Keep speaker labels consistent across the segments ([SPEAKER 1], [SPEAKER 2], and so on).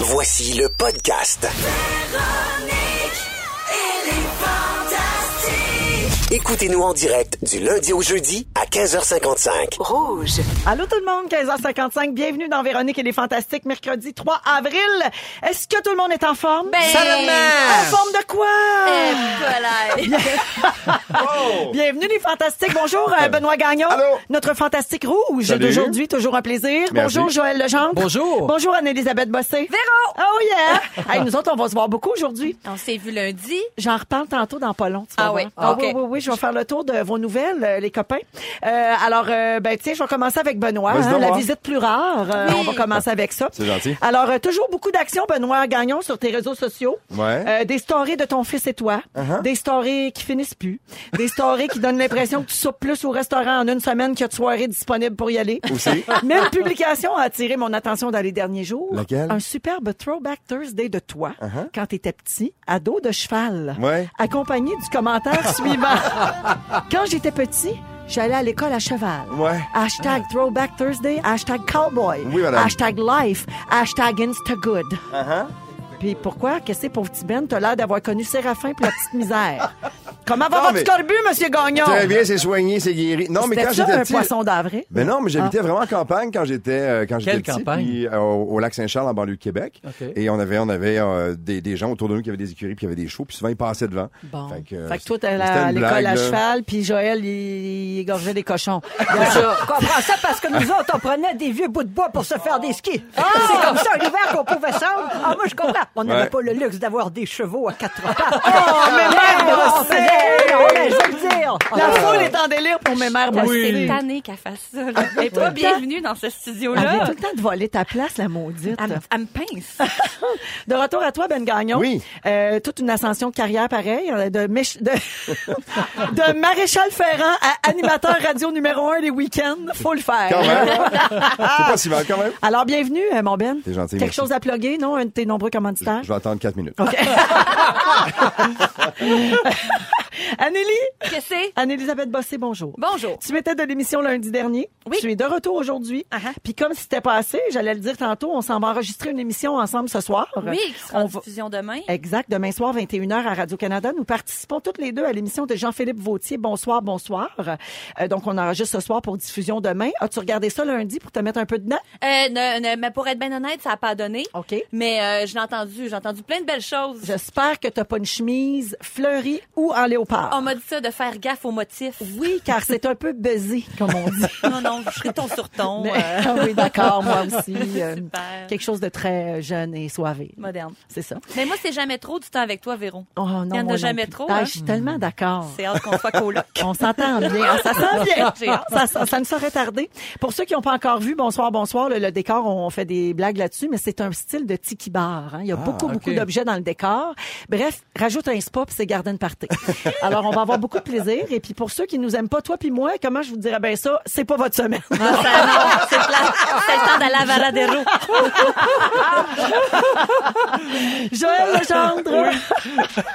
[SPEAKER 1] Voici le podcast. Écoutez-nous en direct du lundi au jeudi à 15h55.
[SPEAKER 2] Rouge.
[SPEAKER 3] Allô tout le monde, 15h55, bienvenue dans Véronique et les Fantastiques, mercredi 3 avril. Est-ce que tout le monde est en forme?
[SPEAKER 2] Ben,
[SPEAKER 3] En forme de quoi?
[SPEAKER 2] eh, voilà.
[SPEAKER 3] Bienvenue les Fantastiques, bonjour euh, Benoît Gagnon,
[SPEAKER 4] Allô.
[SPEAKER 3] notre Fantastique Rouge
[SPEAKER 4] Salut.
[SPEAKER 3] d'aujourd'hui, toujours un plaisir.
[SPEAKER 4] Merci.
[SPEAKER 3] Bonjour Joël Legendre.
[SPEAKER 5] Bonjour.
[SPEAKER 3] Bonjour Anne-Elisabeth Bossé.
[SPEAKER 2] Véro.
[SPEAKER 3] Oh yeah! Hey, nous autres, on va se voir beaucoup aujourd'hui.
[SPEAKER 2] On s'est vu lundi.
[SPEAKER 3] J'en reparle tantôt dans pas long. Tu vas
[SPEAKER 2] Ah
[SPEAKER 3] voir.
[SPEAKER 2] oui,
[SPEAKER 3] Ah
[SPEAKER 2] ok.
[SPEAKER 3] oui, oui, oui, je vais faire le tour de vos nouvelles, euh, les copains. Euh, alors, euh, ben tiens, je vais commencer avec Benoît. hein,
[SPEAKER 4] Vas-y donc,
[SPEAKER 3] la
[SPEAKER 4] moi.
[SPEAKER 3] visite plus rare, euh,
[SPEAKER 2] Oui.
[SPEAKER 3] on va commencer avec ça.
[SPEAKER 4] C'est gentil.
[SPEAKER 3] Alors, euh, toujours beaucoup d'actions, Benoît Gagnon, sur tes réseaux sociaux.
[SPEAKER 4] Ouais. Uh-huh.
[SPEAKER 3] Euh, des stories de ton fils et toi. Des stories qui finissent plus. Des stories qui donnent l'impression que tu soupes plus au restaurant en une semaine qu'il y a de soirée disponible pour y aller.
[SPEAKER 4] Aussi.
[SPEAKER 3] Même publication a attiré mon attention dans les derniers jours.
[SPEAKER 4] Laquelle?
[SPEAKER 3] Un superbe Throwback Thursday de toi, quand t'étais petit, à dos de cheval.
[SPEAKER 4] Uh-huh. Ouais.
[SPEAKER 3] Accompagné du commentaire suivant. quand j'étais petit, j'allais à l'école à cheval.
[SPEAKER 4] Ouais.
[SPEAKER 3] Hashtag Throwback Thursday, hashtag Cowboy.
[SPEAKER 4] Oui, madame. Uh-huh.
[SPEAKER 3] Hashtag Life, hashtag Instagood. Puis pourquoi? Qu'est-ce que c'est, pauvre petit Ben? T'as l'air d'avoir connu Séraphin puis la petite misère. Comment va
[SPEAKER 4] Non,
[SPEAKER 3] votre
[SPEAKER 4] mais-
[SPEAKER 3] corbu, Monsieur Gagnon?
[SPEAKER 4] Très bien, c'est soigné, c'est guéri. Non, mais
[SPEAKER 3] C'était
[SPEAKER 4] quand
[SPEAKER 3] ça,
[SPEAKER 4] j'étais
[SPEAKER 3] un
[SPEAKER 4] petit.
[SPEAKER 3] poisson Ah. d'avril?
[SPEAKER 4] Ben non, mais j'habitais vraiment en campagne quand j'étais euh, quand j'étais
[SPEAKER 5] Quelle
[SPEAKER 4] petit,
[SPEAKER 5] campagne?
[SPEAKER 4] puis, euh, au, au lac Saint-Charles en banlieue de Québec.
[SPEAKER 5] OK.
[SPEAKER 4] Et on avait on avait euh, des, des gens autour de nous qui avaient des écuries, puis qui avaient des shows, puis souvent ils passaient devant.
[SPEAKER 2] Bon.
[SPEAKER 4] euh,
[SPEAKER 3] Fait que toi, t'es allé
[SPEAKER 4] c'était une
[SPEAKER 3] à l'école
[SPEAKER 4] blague,
[SPEAKER 3] à
[SPEAKER 4] là.
[SPEAKER 3] cheval, puis Joël, il, il égorgeait des cochons.
[SPEAKER 6] comprends ça parce que nous autres, on prenait des vieux bouts de bois pour se faire des skis.
[SPEAKER 3] Ah!
[SPEAKER 6] C'est comme ça, l'hiver, qu'on pouvait s'en. Ah, moi, je comprends. On n'avait
[SPEAKER 4] Ouais.
[SPEAKER 6] pas le luxe d'avoir des chevaux à quatre pattes. Ah,
[SPEAKER 3] Oh, mes mères
[SPEAKER 6] on
[SPEAKER 3] Bossé!
[SPEAKER 6] faisait- on faisait- je vais le dire. Ah.
[SPEAKER 3] La foule est en délire pour mes mères
[SPEAKER 2] C'est
[SPEAKER 3] Bossé.
[SPEAKER 2] tanné qu'elle fasse ça.
[SPEAKER 3] Ah,
[SPEAKER 2] là. Elle est pas bienvenue dans ce
[SPEAKER 3] Elle avait
[SPEAKER 2] studio-là.
[SPEAKER 3] tout le temps de voler ta place, la maudite.
[SPEAKER 2] Elle, me- elle me pince.
[SPEAKER 3] De retour à toi, Ben Gagnon.
[SPEAKER 4] Oui.
[SPEAKER 3] Euh, toute une ascension de carrière pareille, euh, de, mich- de, de maréchal Ferrand à animateur radio numéro un les week-ends. Faut le faire.
[SPEAKER 4] Quand même. c'est pas si mal quand même.
[SPEAKER 3] Alors, bienvenue, euh, mon Ben.
[SPEAKER 4] T'es gentil,
[SPEAKER 3] Quelque
[SPEAKER 4] merci.
[SPEAKER 3] chose à plugger, non? Un de tes nombreux commanditaires?
[SPEAKER 4] Je vais attendre quatre minutes.
[SPEAKER 3] Anélie?
[SPEAKER 2] Qu'est-ce que c'est?
[SPEAKER 3] Anne-Elisabeth Bossé, bonjour.
[SPEAKER 2] Bonjour.
[SPEAKER 3] Tu m'étais de l'émission lundi dernier.
[SPEAKER 2] Oui. Uh-huh.
[SPEAKER 3] Tu es de retour aujourd'hui. Puis comme c'était passé, j'allais le dire tantôt, on s'en va enregistrer une émission ensemble ce soir.
[SPEAKER 2] Oui, qui sera
[SPEAKER 3] on
[SPEAKER 2] en
[SPEAKER 3] va... Eh.
[SPEAKER 2] diffusion demain.
[SPEAKER 3] Exact. Demain soir, 21h à Radio-Canada, nous participons toutes les deux à l'émission de Jean-Philippe Vautier. Bonsoir, bonsoir. Euh, donc, on enregistre ce soir pour diffusion demain. As-tu regardé ça lundi pour te mettre un peu dedans?
[SPEAKER 2] Euh, ne- ne- mais pour être bien honnête, ça n'a pas donné.
[SPEAKER 3] OK.
[SPEAKER 2] Mais euh, je l'ai entendu. J'ai entendu plein de belles choses.
[SPEAKER 3] J'espère que t'as pas une chemise fleurie ou en léopard.
[SPEAKER 2] On m'a dit ça de faire gaffe aux motifs.
[SPEAKER 3] Oh, Oui, car c'est un peu busy, comme on dit.
[SPEAKER 2] Non, non, je serai ton sur ton.
[SPEAKER 3] Mais-
[SPEAKER 2] euh,
[SPEAKER 3] Ah oui, d'accord, moi aussi. euh,
[SPEAKER 2] Super.
[SPEAKER 3] quelque chose de très jeune et soivé. là.
[SPEAKER 2] moderne.
[SPEAKER 3] C'est ça.
[SPEAKER 2] Mais moi, c'est jamais trop du temps avec toi, Véron.
[SPEAKER 3] Oh, non,
[SPEAKER 2] Il y en
[SPEAKER 3] moi
[SPEAKER 2] a
[SPEAKER 3] non
[SPEAKER 2] jamais
[SPEAKER 3] plus.
[SPEAKER 2] trop.
[SPEAKER 3] Ah,
[SPEAKER 2] hein?
[SPEAKER 3] Je suis tellement d'accord.
[SPEAKER 2] C'est hâte qu'on soit coloc.
[SPEAKER 3] On s'entend bien. Ah, Ça s'en
[SPEAKER 2] J'ai
[SPEAKER 3] vient.
[SPEAKER 2] hâte.
[SPEAKER 3] Ça, ça- ça ne saurait tarder. Pour ceux qui n'ont pas encore vu, bonsoir, bonsoir, le, le décor, on fait des blagues là-dessus, mais c'est un style de tiki bar. hein. Il y a beaucoup,
[SPEAKER 5] ok.
[SPEAKER 3] beaucoup d'objets dans le décor. Bref, rajoute un spa, puis c'est garden party. Alors, on va avoir beaucoup de plaisir. Et puis, pour ceux qui nous aiment pas, toi puis moi, comment je vous dirais bien ça, c'est pas votre semaine.
[SPEAKER 2] Ah, ça, non, c'est plat. C'est le temps d'aller à Varadero.
[SPEAKER 3] Joël Legendre.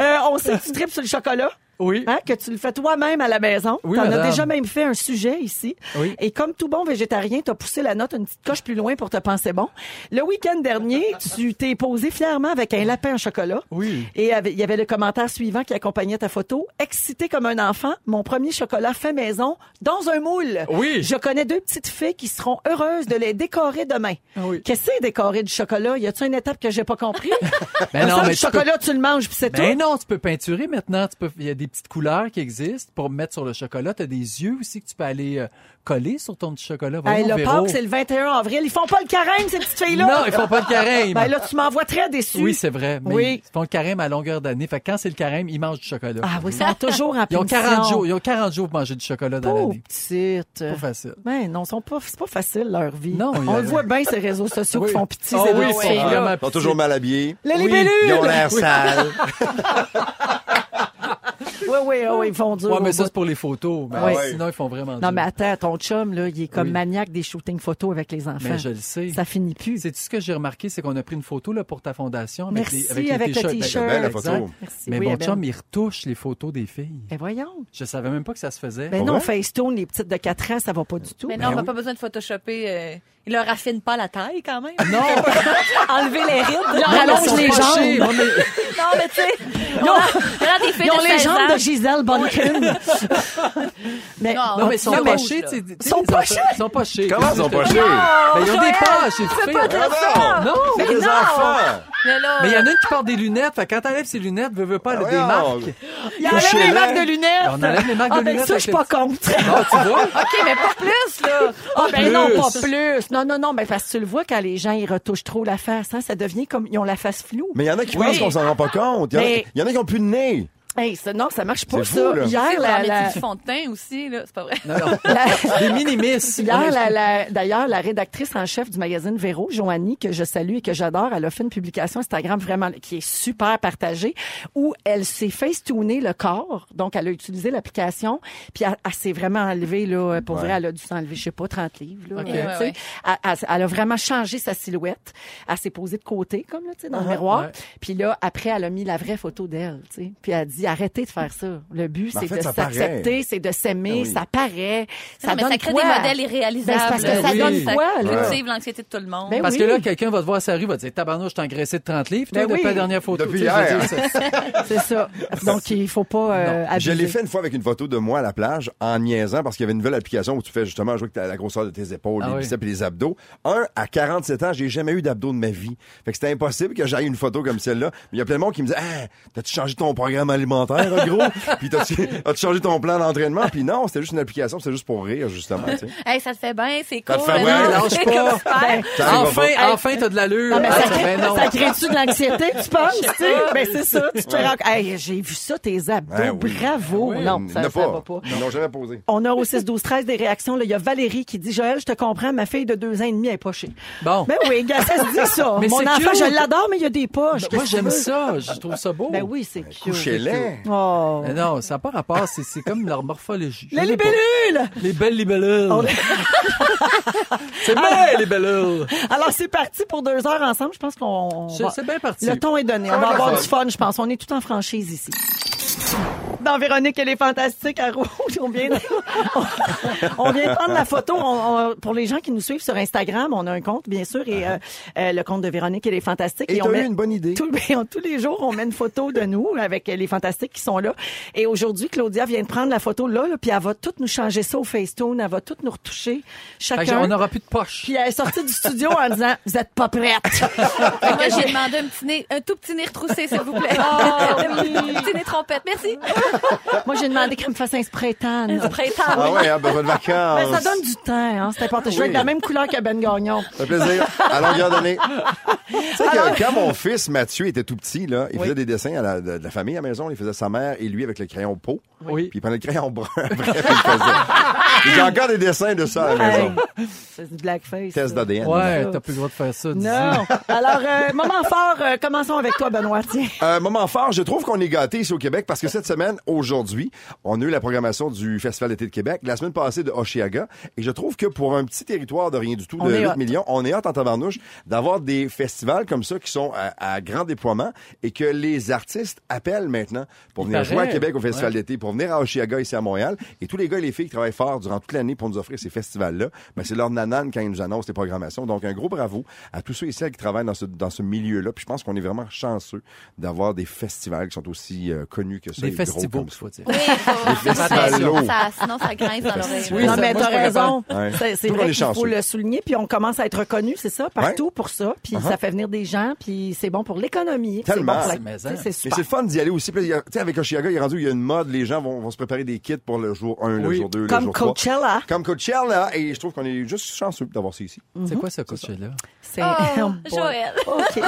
[SPEAKER 3] Euh, on sait que tu tripes sur le chocolat.
[SPEAKER 5] Oui.
[SPEAKER 3] Hein, que tu le fais toi-même à la maison.
[SPEAKER 5] Oui,
[SPEAKER 3] T'en as
[SPEAKER 5] madame.
[SPEAKER 3] déjà même fait un sujet ici.
[SPEAKER 5] Oui.
[SPEAKER 3] Et comme tout bon végétarien, t'as poussé la note une petite coche plus loin pour te penser bon. Le week-end dernier, tu t'es posé fièrement avec un lapin en chocolat.
[SPEAKER 5] Oui.
[SPEAKER 3] Et avec- il y avait le commentaire suivant qui accompagnait ta photo. Excité comme un enfant, mon premier chocolat fait maison dans un moule.
[SPEAKER 5] Oui.
[SPEAKER 3] Je connais deux petites filles qui seront heureuses de les décorer demain.
[SPEAKER 5] Ah oui.
[SPEAKER 3] Qu'est-ce que c'est décorer du chocolat? Y a-t-il une étape que j'ai pas compris?
[SPEAKER 5] Ben
[SPEAKER 3] Il me
[SPEAKER 5] non,
[SPEAKER 3] semble que
[SPEAKER 5] mais
[SPEAKER 3] le
[SPEAKER 5] tu
[SPEAKER 3] Ah, chocolat, tu le manges puis c'est
[SPEAKER 5] Ben
[SPEAKER 3] tout.
[SPEAKER 5] non, tu peux peinturer maintenant. Tu peux, il y a des petites couleurs qui existent pour mettre sur le chocolat. T'as des yeux aussi que tu peux aller euh, coller sur ton petit chocolat.
[SPEAKER 3] Hey,
[SPEAKER 5] Voyons,
[SPEAKER 3] le
[SPEAKER 5] Véro.
[SPEAKER 3] Pâques, c'est le 21 avril. Ils font pas le carême, ces petites filles-là.
[SPEAKER 5] Non, ils font pas le carême.
[SPEAKER 3] Ben là, tu m'envoies très déçu.
[SPEAKER 5] oui, c'est vrai. Mais
[SPEAKER 3] Oui.
[SPEAKER 5] Ils font le carême à longueur d'année. Fait que quand c'est le carême, ils mangent du chocolat.
[SPEAKER 3] Ah oui, ça toujours en
[SPEAKER 5] ils ont 40
[SPEAKER 3] punition.
[SPEAKER 5] jours. Ils ont 40 jours pour manger du chocolat dans
[SPEAKER 3] Pauvre
[SPEAKER 5] l'année.
[SPEAKER 3] petite.
[SPEAKER 5] Pas facile.
[SPEAKER 3] Ben non, sont pas, c'est pas facile leur vie.
[SPEAKER 5] Non, il y
[SPEAKER 3] on
[SPEAKER 5] a-
[SPEAKER 3] le voit bien ces réseaux sociaux qui
[SPEAKER 5] Oui.
[SPEAKER 3] font pitié.
[SPEAKER 5] Ah
[SPEAKER 3] ces
[SPEAKER 5] oui,
[SPEAKER 3] deux
[SPEAKER 5] ils sont
[SPEAKER 3] filles.
[SPEAKER 5] vraiment
[SPEAKER 4] Ils sont
[SPEAKER 5] petits.
[SPEAKER 4] toujours mal habillés.
[SPEAKER 3] Les
[SPEAKER 5] Oui.
[SPEAKER 3] libellules!
[SPEAKER 4] Ils ont l'air sales.
[SPEAKER 3] Oui, oui, oui, ils font dur.
[SPEAKER 5] Ouais,
[SPEAKER 3] au
[SPEAKER 5] mais ça,
[SPEAKER 3] bout. Ah
[SPEAKER 5] c'est pour les photos. Mais
[SPEAKER 3] Ouais.
[SPEAKER 5] Sinon, ils font vraiment
[SPEAKER 3] Non,
[SPEAKER 5] dur.
[SPEAKER 3] mais attends, ton chum, là, il est comme
[SPEAKER 5] Oui.
[SPEAKER 3] maniaque des shootings photos avec les enfants.
[SPEAKER 5] Mais je le sais.
[SPEAKER 3] Ça finit plus.
[SPEAKER 5] C'est tout ce que j'ai remarqué, c'est qu'on a pris une photo là, pour ta fondation avec
[SPEAKER 3] Merci,
[SPEAKER 5] les, avec les
[SPEAKER 3] avec le
[SPEAKER 5] t-shirts. Ben,
[SPEAKER 3] t-shirt.
[SPEAKER 4] Belle, la
[SPEAKER 5] Exact.
[SPEAKER 4] photo.
[SPEAKER 3] Merci.
[SPEAKER 5] Mais
[SPEAKER 3] Oui,
[SPEAKER 5] mon
[SPEAKER 3] Eben.
[SPEAKER 5] chum, il retouche les photos des filles.
[SPEAKER 3] Ben voyons.
[SPEAKER 5] Je savais même pas que ça se faisait.
[SPEAKER 3] Ben
[SPEAKER 4] Pour
[SPEAKER 3] non,
[SPEAKER 4] vrai?
[SPEAKER 3] Facetune, les petites de 4 ans, ça va pas du tout.
[SPEAKER 2] Mais non, on
[SPEAKER 5] Ben
[SPEAKER 2] n'a
[SPEAKER 5] oui.
[SPEAKER 2] pas besoin de photoshopper. euh, il leur affine pas la taille quand même.
[SPEAKER 3] Ah,
[SPEAKER 5] Non,
[SPEAKER 2] Enlever les rides. Il leur
[SPEAKER 3] Non,
[SPEAKER 2] allonge
[SPEAKER 3] non,
[SPEAKER 2] les
[SPEAKER 3] c'est
[SPEAKER 2] jambes.
[SPEAKER 5] Fâché. Ouais, mais-
[SPEAKER 2] Non, mais tu sais, on a- on a des filles
[SPEAKER 3] Ils ont
[SPEAKER 2] de
[SPEAKER 3] les
[SPEAKER 2] 16
[SPEAKER 3] jambes
[SPEAKER 2] ans.
[SPEAKER 3] de Gisèle Bonnequin. mais,
[SPEAKER 2] Non,
[SPEAKER 5] Non, mais ils
[SPEAKER 2] Ils
[SPEAKER 5] sont
[SPEAKER 2] sont
[SPEAKER 5] pochés.
[SPEAKER 2] rouges,
[SPEAKER 5] tu sais,
[SPEAKER 2] là.
[SPEAKER 5] tu sais,
[SPEAKER 3] Ils sont
[SPEAKER 5] les enfants,
[SPEAKER 3] pochés?
[SPEAKER 5] Ils sont pochés.
[SPEAKER 4] Comment ils sont
[SPEAKER 5] Qu'est-ce que-
[SPEAKER 4] pochés?
[SPEAKER 5] Ben, Ils ont des
[SPEAKER 2] Joël,
[SPEAKER 5] poches, c'est fait.
[SPEAKER 4] Ah non!
[SPEAKER 5] Non!
[SPEAKER 4] C'est des enfants!
[SPEAKER 2] Mais là,
[SPEAKER 5] Mais il y en a une qui porte des lunettes. Fait, quand t'enlèves ses lunettes, veux, veux pas, elle a des
[SPEAKER 4] Voyons.
[SPEAKER 5] marques.
[SPEAKER 3] il y a les
[SPEAKER 4] Couchez-les.
[SPEAKER 3] marques de lunettes.
[SPEAKER 5] On enlève les marques de
[SPEAKER 3] Ah, ben
[SPEAKER 5] lunettes
[SPEAKER 3] ça, je suis pas
[SPEAKER 5] avec
[SPEAKER 3] contre.
[SPEAKER 5] Non, tu vois?
[SPEAKER 2] OK, mais pas plus, là.
[SPEAKER 3] Ah, ben non,
[SPEAKER 5] plus.
[SPEAKER 3] pas plus. Non, non, non, ben parce que tu le vois quand les gens, ils retouchent trop la face, hein, ça devient comme, ils ont la face floue.
[SPEAKER 4] Mais il y en a qui pensent qu'on s'en rend pas compte. Il y en a-
[SPEAKER 3] Mais-
[SPEAKER 4] il y en a qui ont plus de nez.
[SPEAKER 3] Hey, ça, non, ça marche pas, ça.
[SPEAKER 4] C'est fou, là.
[SPEAKER 2] Tu sais,
[SPEAKER 3] Hier,
[SPEAKER 2] vous
[SPEAKER 3] Ah, la,
[SPEAKER 2] leur
[SPEAKER 3] la-
[SPEAKER 2] mettez du fond de teint aussi, là. C'est pas vrai.
[SPEAKER 5] Non, non. Des minimis.
[SPEAKER 3] Hier, la- la- d'ailleurs, la rédactrice en chef du magazine Véro, Joanie, que je salue et que j'adore, elle a fait une publication Instagram vraiment qui est super partagée, où elle s'est facetunée le corps. Donc, elle a utilisé l'application, puis elle, elle s'est vraiment enlevée, là, pour vrai, elle a dû s'enlever, je sais pas, 30 livres. Là,
[SPEAKER 5] Ok.
[SPEAKER 3] euh,
[SPEAKER 5] Ouais,
[SPEAKER 3] tu sais.
[SPEAKER 2] ouais.
[SPEAKER 3] Elle, elle- elle a vraiment changé sa silhouette. Elle s'est posée de côté, comme là, tu sais,
[SPEAKER 4] Ah,
[SPEAKER 3] dans le miroir.
[SPEAKER 5] ouais.
[SPEAKER 3] Puis là, après, elle a mis la vraie photo d'elle. tu sais. Puis elle a dit, arrêtez de faire ça. Le but,
[SPEAKER 4] Mais Ben, en
[SPEAKER 3] c'est
[SPEAKER 4] fait,
[SPEAKER 3] de
[SPEAKER 4] ça paraît.
[SPEAKER 3] s'accepter, c'est de s'aimer,
[SPEAKER 4] Ah oui.
[SPEAKER 3] ça paraît. Ça
[SPEAKER 2] non, mais ça
[SPEAKER 3] donne
[SPEAKER 2] crée
[SPEAKER 3] quoi?
[SPEAKER 2] des modèles
[SPEAKER 3] Ben,
[SPEAKER 2] irréalisables.
[SPEAKER 3] c'est parce que
[SPEAKER 5] Ben
[SPEAKER 3] ça
[SPEAKER 5] oui.
[SPEAKER 3] donne
[SPEAKER 5] Ça-
[SPEAKER 3] quoi, là?
[SPEAKER 4] Ouais.
[SPEAKER 2] cultive l'anxiété de tout le monde.
[SPEAKER 3] Ben
[SPEAKER 5] Parce
[SPEAKER 3] oui.
[SPEAKER 5] que là, quelqu'un va te voir sa rue, va te dire Tabarnouche, je t'ai engraissé de 30 livres, toi,
[SPEAKER 3] Ben
[SPEAKER 5] depuis
[SPEAKER 3] oui.
[SPEAKER 5] la dernière photo.
[SPEAKER 4] Depuis
[SPEAKER 5] Tu sais, je veux
[SPEAKER 4] hier.
[SPEAKER 5] dire, ça-
[SPEAKER 3] C'est ça. Donc, il faut pas euh,
[SPEAKER 4] Je
[SPEAKER 3] abuser.
[SPEAKER 4] l'ai fait une fois avec une photo de moi à la plage en niaisant parce qu'il y avait une nouvelle application où tu fais justement jouer avec ta- la grosseur de tes épaules,
[SPEAKER 5] Ah
[SPEAKER 4] les
[SPEAKER 5] oui.
[SPEAKER 4] biceps et les abdos. Un, à 47 ans, j'ai jamais eu d'abdos de ma vie. Fait que c'était impossible que j'aille une photo comme celle-là. Mais il y a plein de monde qui me dit Ah, t'as-tu changé ton programme alimentaire, hein, gros? Puis t'as-tu as-tu changé ton plan d'entraînement? Puis non, c'était juste une application, c'était juste pour rire, justement. tu sais.
[SPEAKER 2] Hey, ça te fait bien, c'est
[SPEAKER 4] Ça
[SPEAKER 2] cool.
[SPEAKER 4] te fait bien,
[SPEAKER 2] non,
[SPEAKER 5] lâche
[SPEAKER 2] c'est
[SPEAKER 5] pas.
[SPEAKER 2] comme super.
[SPEAKER 3] Ben,
[SPEAKER 4] Ça arrive
[SPEAKER 5] Enfin,
[SPEAKER 4] pas.
[SPEAKER 5] enfin, t'as de l'allure.
[SPEAKER 3] Non, mais
[SPEAKER 5] Ah,
[SPEAKER 3] ça, crée,
[SPEAKER 5] ben non.
[SPEAKER 3] ça crée-tu de l'anxiété, tu penses? tu sais? Ben, c'est ça. Tu te rends- Hey, j'ai vu ça, tes abdos.
[SPEAKER 4] Ben oui.
[SPEAKER 3] Ah Bravo. Non,
[SPEAKER 5] Mm,
[SPEAKER 4] Il
[SPEAKER 3] ça
[SPEAKER 4] n'y en
[SPEAKER 3] ne
[SPEAKER 4] a
[SPEAKER 3] va pas.
[SPEAKER 4] Ils l'ont jamais posé.
[SPEAKER 3] On a au 6-12-13 des réactions. Là, Il y a Valérie qui dit Joël, je te comprends, ma fille de deux ans et demi est pochée.
[SPEAKER 5] Bon.
[SPEAKER 3] Ben oui, gars, ça se dit ça.
[SPEAKER 5] Mais
[SPEAKER 3] Mon
[SPEAKER 5] c'est
[SPEAKER 3] enfant,
[SPEAKER 5] cute. Ben,
[SPEAKER 3] je l'adore, mais il y a des poches.
[SPEAKER 5] Moi,
[SPEAKER 3] Qu'est-ce que
[SPEAKER 5] j'aime
[SPEAKER 3] tu veux?
[SPEAKER 5] ça. Je trouve ça beau.
[SPEAKER 3] Ben oui, c'est cute.
[SPEAKER 4] Couchez-les.
[SPEAKER 3] Oh.
[SPEAKER 5] Mais Euh, non, ça n'a pas rapport. C'est, c'est comme leur morphologie. Je
[SPEAKER 3] Les
[SPEAKER 5] sais
[SPEAKER 3] libellules!
[SPEAKER 5] pas. Les belles libellules.
[SPEAKER 3] Ah!
[SPEAKER 5] c'est bien, les libellules.
[SPEAKER 3] Alors, c'est parti pour deux heures ensemble. Je pense qu'on.
[SPEAKER 5] C'est-
[SPEAKER 3] va-
[SPEAKER 5] c'est bien parti.
[SPEAKER 3] Le ton est donné. On va avoir du fun, je pense. On est tout en franchise ici. Dans Véronique, elle est fantastique à rouge. On vient, de... on vient de prendre la photo. On- on- Pour les gens qui nous suivent sur Instagram, on a un compte, bien sûr,
[SPEAKER 5] Uh-huh.
[SPEAKER 3] et euh, euh, le compte de Véronique, elle est fantastique.
[SPEAKER 4] Et
[SPEAKER 3] on
[SPEAKER 4] t'as
[SPEAKER 3] met-
[SPEAKER 4] eu une bonne idée.
[SPEAKER 3] Tous, ben, tous les jours, on met une photo de nous avec euh, les fantastiques qui sont là. Et aujourd'hui, Claudia vient de prendre la photo là, là, puis elle va toutes nous changer ça au Facetune. Elle va toutes nous retoucher.
[SPEAKER 5] Fait que
[SPEAKER 3] Chacun.
[SPEAKER 5] on n'aura plus de poche.
[SPEAKER 3] Puis elle est sortie du studio en disant Vous êtes pas prête.
[SPEAKER 2] Moi, j'ai demandé un, petit nez, un tout petit nez retroussé, s'il vous plaît.
[SPEAKER 3] Ah,
[SPEAKER 2] Un petit nez trompette. Merci.
[SPEAKER 3] Moi, j'ai demandé qu'elle me fasse un spray tan.
[SPEAKER 2] Du printemps.
[SPEAKER 4] Ah ouais, hein, besoin de
[SPEAKER 3] Ben,
[SPEAKER 4] vacances.
[SPEAKER 3] ça donne du temps, hein, c'est important. Je vais
[SPEAKER 4] Oui.
[SPEAKER 3] être de la même couleur que Ben Gagnon.
[SPEAKER 4] Ça fait plaisir. À longueur d'année. Tu sais que quand mon fils Mathieu était tout petit, là, il faisait des dessins à la, de, de la famille à la maison. Il faisait sa mère et lui avec le crayon peau.
[SPEAKER 5] Oui.
[SPEAKER 4] Puis il prenait le crayon brun. Bref, il faisait. J'ai encore des dessins de ça à la maison.
[SPEAKER 3] Hey, C'est du blackface.
[SPEAKER 4] Test
[SPEAKER 3] ça.
[SPEAKER 4] d'ADN.
[SPEAKER 5] Ouais, t'as plus le droit de faire ça. dis-y.
[SPEAKER 3] Non. Alors, euh, moment fort, euh, commençons avec toi, Benoît. Tiens.
[SPEAKER 4] Euh, moment fort, je trouve qu'on est gâté ici au Québec parce que cette semaine, aujourd'hui, on a eu la programmation du Festival d'été de Québec, la semaine passée de Oshiaga, et je trouve que pour un petit territoire de rien du tout,
[SPEAKER 3] On
[SPEAKER 4] de
[SPEAKER 3] est
[SPEAKER 4] 8
[SPEAKER 3] hot.
[SPEAKER 4] millions, on est hâte en tabarnouche d'avoir des festivals comme ça qui sont à, à grand déploiement et que les artistes appellent maintenant pour
[SPEAKER 5] Il
[SPEAKER 4] venir jouer à
[SPEAKER 5] paraît.
[SPEAKER 4] Québec au Festival
[SPEAKER 5] Ouais.
[SPEAKER 4] d'été, pour venir à Oshiaga ici à Montréal, et tous les gars et les filles qui travaillent fort durant toute l'année pour nous offrir ces festivals-là, mais c'est leur nanane quand ils nous annoncent les programmations. Donc un gros bravo à tous ceux et celles qui travaillent dans ce, dans ce milieu-là, puis je pense qu'on est vraiment chanceux d'avoir des festivals qui sont aussi euh, connus que ça.
[SPEAKER 5] Des
[SPEAKER 4] et gros
[SPEAKER 5] festivals,
[SPEAKER 4] comme ça.
[SPEAKER 5] faut dire.
[SPEAKER 2] Oui, faut-
[SPEAKER 4] Des festivals.
[SPEAKER 2] ça, sinon, ça grince dans l'oreille.
[SPEAKER 5] Oui,
[SPEAKER 3] non,
[SPEAKER 5] ça-
[SPEAKER 3] mais
[SPEAKER 5] moi,
[SPEAKER 3] t'as
[SPEAKER 5] je pourrais
[SPEAKER 3] raison.
[SPEAKER 4] Ouais.
[SPEAKER 3] C'est- C'est
[SPEAKER 4] Tout le monde
[SPEAKER 3] vrai
[SPEAKER 4] est
[SPEAKER 3] qu'il faut
[SPEAKER 4] chanceux.
[SPEAKER 3] le souligner. Puis on commence à être reconnu, c'est ça, partout pour ça. Puis ça fait venir des gens, puis c'est bon pour l'économie. c'est
[SPEAKER 4] Uh-huh. Tellement.
[SPEAKER 3] bon pour la-
[SPEAKER 4] C'est
[SPEAKER 5] maison.
[SPEAKER 3] tu sais, C'est
[SPEAKER 4] Mais
[SPEAKER 3] super.
[SPEAKER 4] c'est le fun d'y aller aussi. Puis là, il y a- Tu sais, avec Oshiaga, il est rendu, il y a une mode, les gens vont, vont se préparer des kits pour le jour 1, le
[SPEAKER 5] Oui.
[SPEAKER 4] jour 2, le
[SPEAKER 3] Comme
[SPEAKER 4] jour 3.
[SPEAKER 3] Coachella.
[SPEAKER 4] Comme Coachella, et je trouve qu'on est juste chanceux d'avoir ça ici.
[SPEAKER 5] C'est quoi ce coach-là?
[SPEAKER 3] C'est
[SPEAKER 2] Oh,
[SPEAKER 3] boy.
[SPEAKER 2] Joël.
[SPEAKER 3] OK.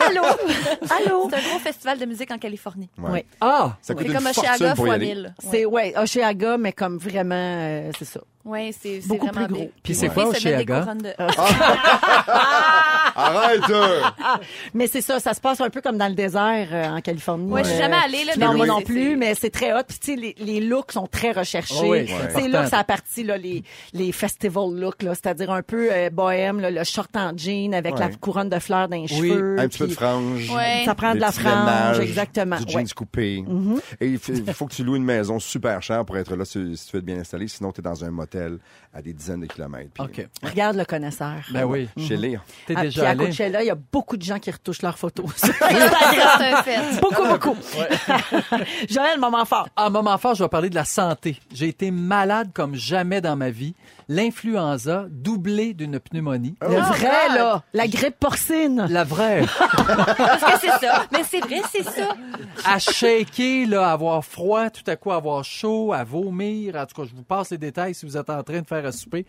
[SPEAKER 2] Allô?
[SPEAKER 3] Allô?
[SPEAKER 2] C'est un gros festival de musique en Californie.
[SPEAKER 4] Ouais.
[SPEAKER 3] Oui.
[SPEAKER 5] Ah!
[SPEAKER 4] Ça coûte
[SPEAKER 2] C'est
[SPEAKER 4] une
[SPEAKER 2] comme
[SPEAKER 4] fortune
[SPEAKER 2] Oshiaga
[SPEAKER 4] pour y
[SPEAKER 2] fois
[SPEAKER 4] aller.
[SPEAKER 2] 1000.
[SPEAKER 3] C'est ouais, Oshéaga, mais comme vraiment, euh, c'est ça.
[SPEAKER 2] Oui, c'est c'est
[SPEAKER 3] Beaucoup
[SPEAKER 2] vraiment
[SPEAKER 3] plus gros. Ah.
[SPEAKER 2] big.
[SPEAKER 5] Puis c'est
[SPEAKER 2] Les
[SPEAKER 5] quoi,
[SPEAKER 2] filles se mettent des
[SPEAKER 5] Oshiaga?
[SPEAKER 2] couronnes de-
[SPEAKER 4] Arrête! euh!
[SPEAKER 3] Mais c'est ça, ça se passe un peu comme dans le désert euh, en Californie.
[SPEAKER 2] Ouais, je suis
[SPEAKER 3] Euh,
[SPEAKER 2] jamais allée, là,
[SPEAKER 3] Non,
[SPEAKER 2] mais
[SPEAKER 3] moi
[SPEAKER 2] oui,
[SPEAKER 3] non
[SPEAKER 2] c'est-
[SPEAKER 3] plus,
[SPEAKER 2] c'est-
[SPEAKER 3] mais c'est très hot. Puis, tu sais, les, les looks sont très recherchés.
[SPEAKER 4] Oh
[SPEAKER 5] Ah oui, c'est
[SPEAKER 3] c'est
[SPEAKER 5] important.
[SPEAKER 3] là que ça a parti, là, les, les festival looks, là, c'est-à-dire un peu euh, bohème, là, le short en jean avec
[SPEAKER 4] Ouais.
[SPEAKER 3] la couronne de fleurs dans les
[SPEAKER 5] Oui,
[SPEAKER 3] cheveux.
[SPEAKER 4] Un petit peu de
[SPEAKER 3] puis
[SPEAKER 4] frange.
[SPEAKER 2] Ouais.
[SPEAKER 3] Ça prend
[SPEAKER 4] des
[SPEAKER 3] de la
[SPEAKER 4] petits traînages,
[SPEAKER 3] frange, exactement.
[SPEAKER 4] Du
[SPEAKER 3] Ouais. Mm-hmm.
[SPEAKER 4] jeans coupé. Et il fait- il faut que tu loues une maison super chère pour être là si, si tu veux être bien installé. Sinon, tu es dans un motel à des dizaines de kilomètres. Puis,
[SPEAKER 5] OK.
[SPEAKER 3] Regarde le connaisseur.
[SPEAKER 5] Ben oui.
[SPEAKER 4] Chez Léa.
[SPEAKER 5] T'es
[SPEAKER 3] Ah,
[SPEAKER 5] déjà
[SPEAKER 3] puis à
[SPEAKER 5] allé.
[SPEAKER 3] Coachella, il y a beaucoup de gens qui retouchent leurs photos.
[SPEAKER 2] C'est un fait.
[SPEAKER 3] beaucoup, beaucoup. Joël, moment fort.
[SPEAKER 5] En Ah, moment fort, je vais parler de la santé. J'ai été malade comme jamais dans ma vie. L'influenza doublée d'une pneumonie.
[SPEAKER 3] Le
[SPEAKER 2] Oh,
[SPEAKER 3] vrai,
[SPEAKER 2] God.
[SPEAKER 3] là, la grippe porcine.
[SPEAKER 5] Ah, La vraie.
[SPEAKER 2] Parce que c'est ça. Mais c'est vrai, c'est
[SPEAKER 3] Ah,
[SPEAKER 2] ça.
[SPEAKER 5] à shaker, là, à avoir froid, tout à coup à avoir chaud, à vomir. En tout cas, je vous passe les détails si vous êtes en train de faire un souper.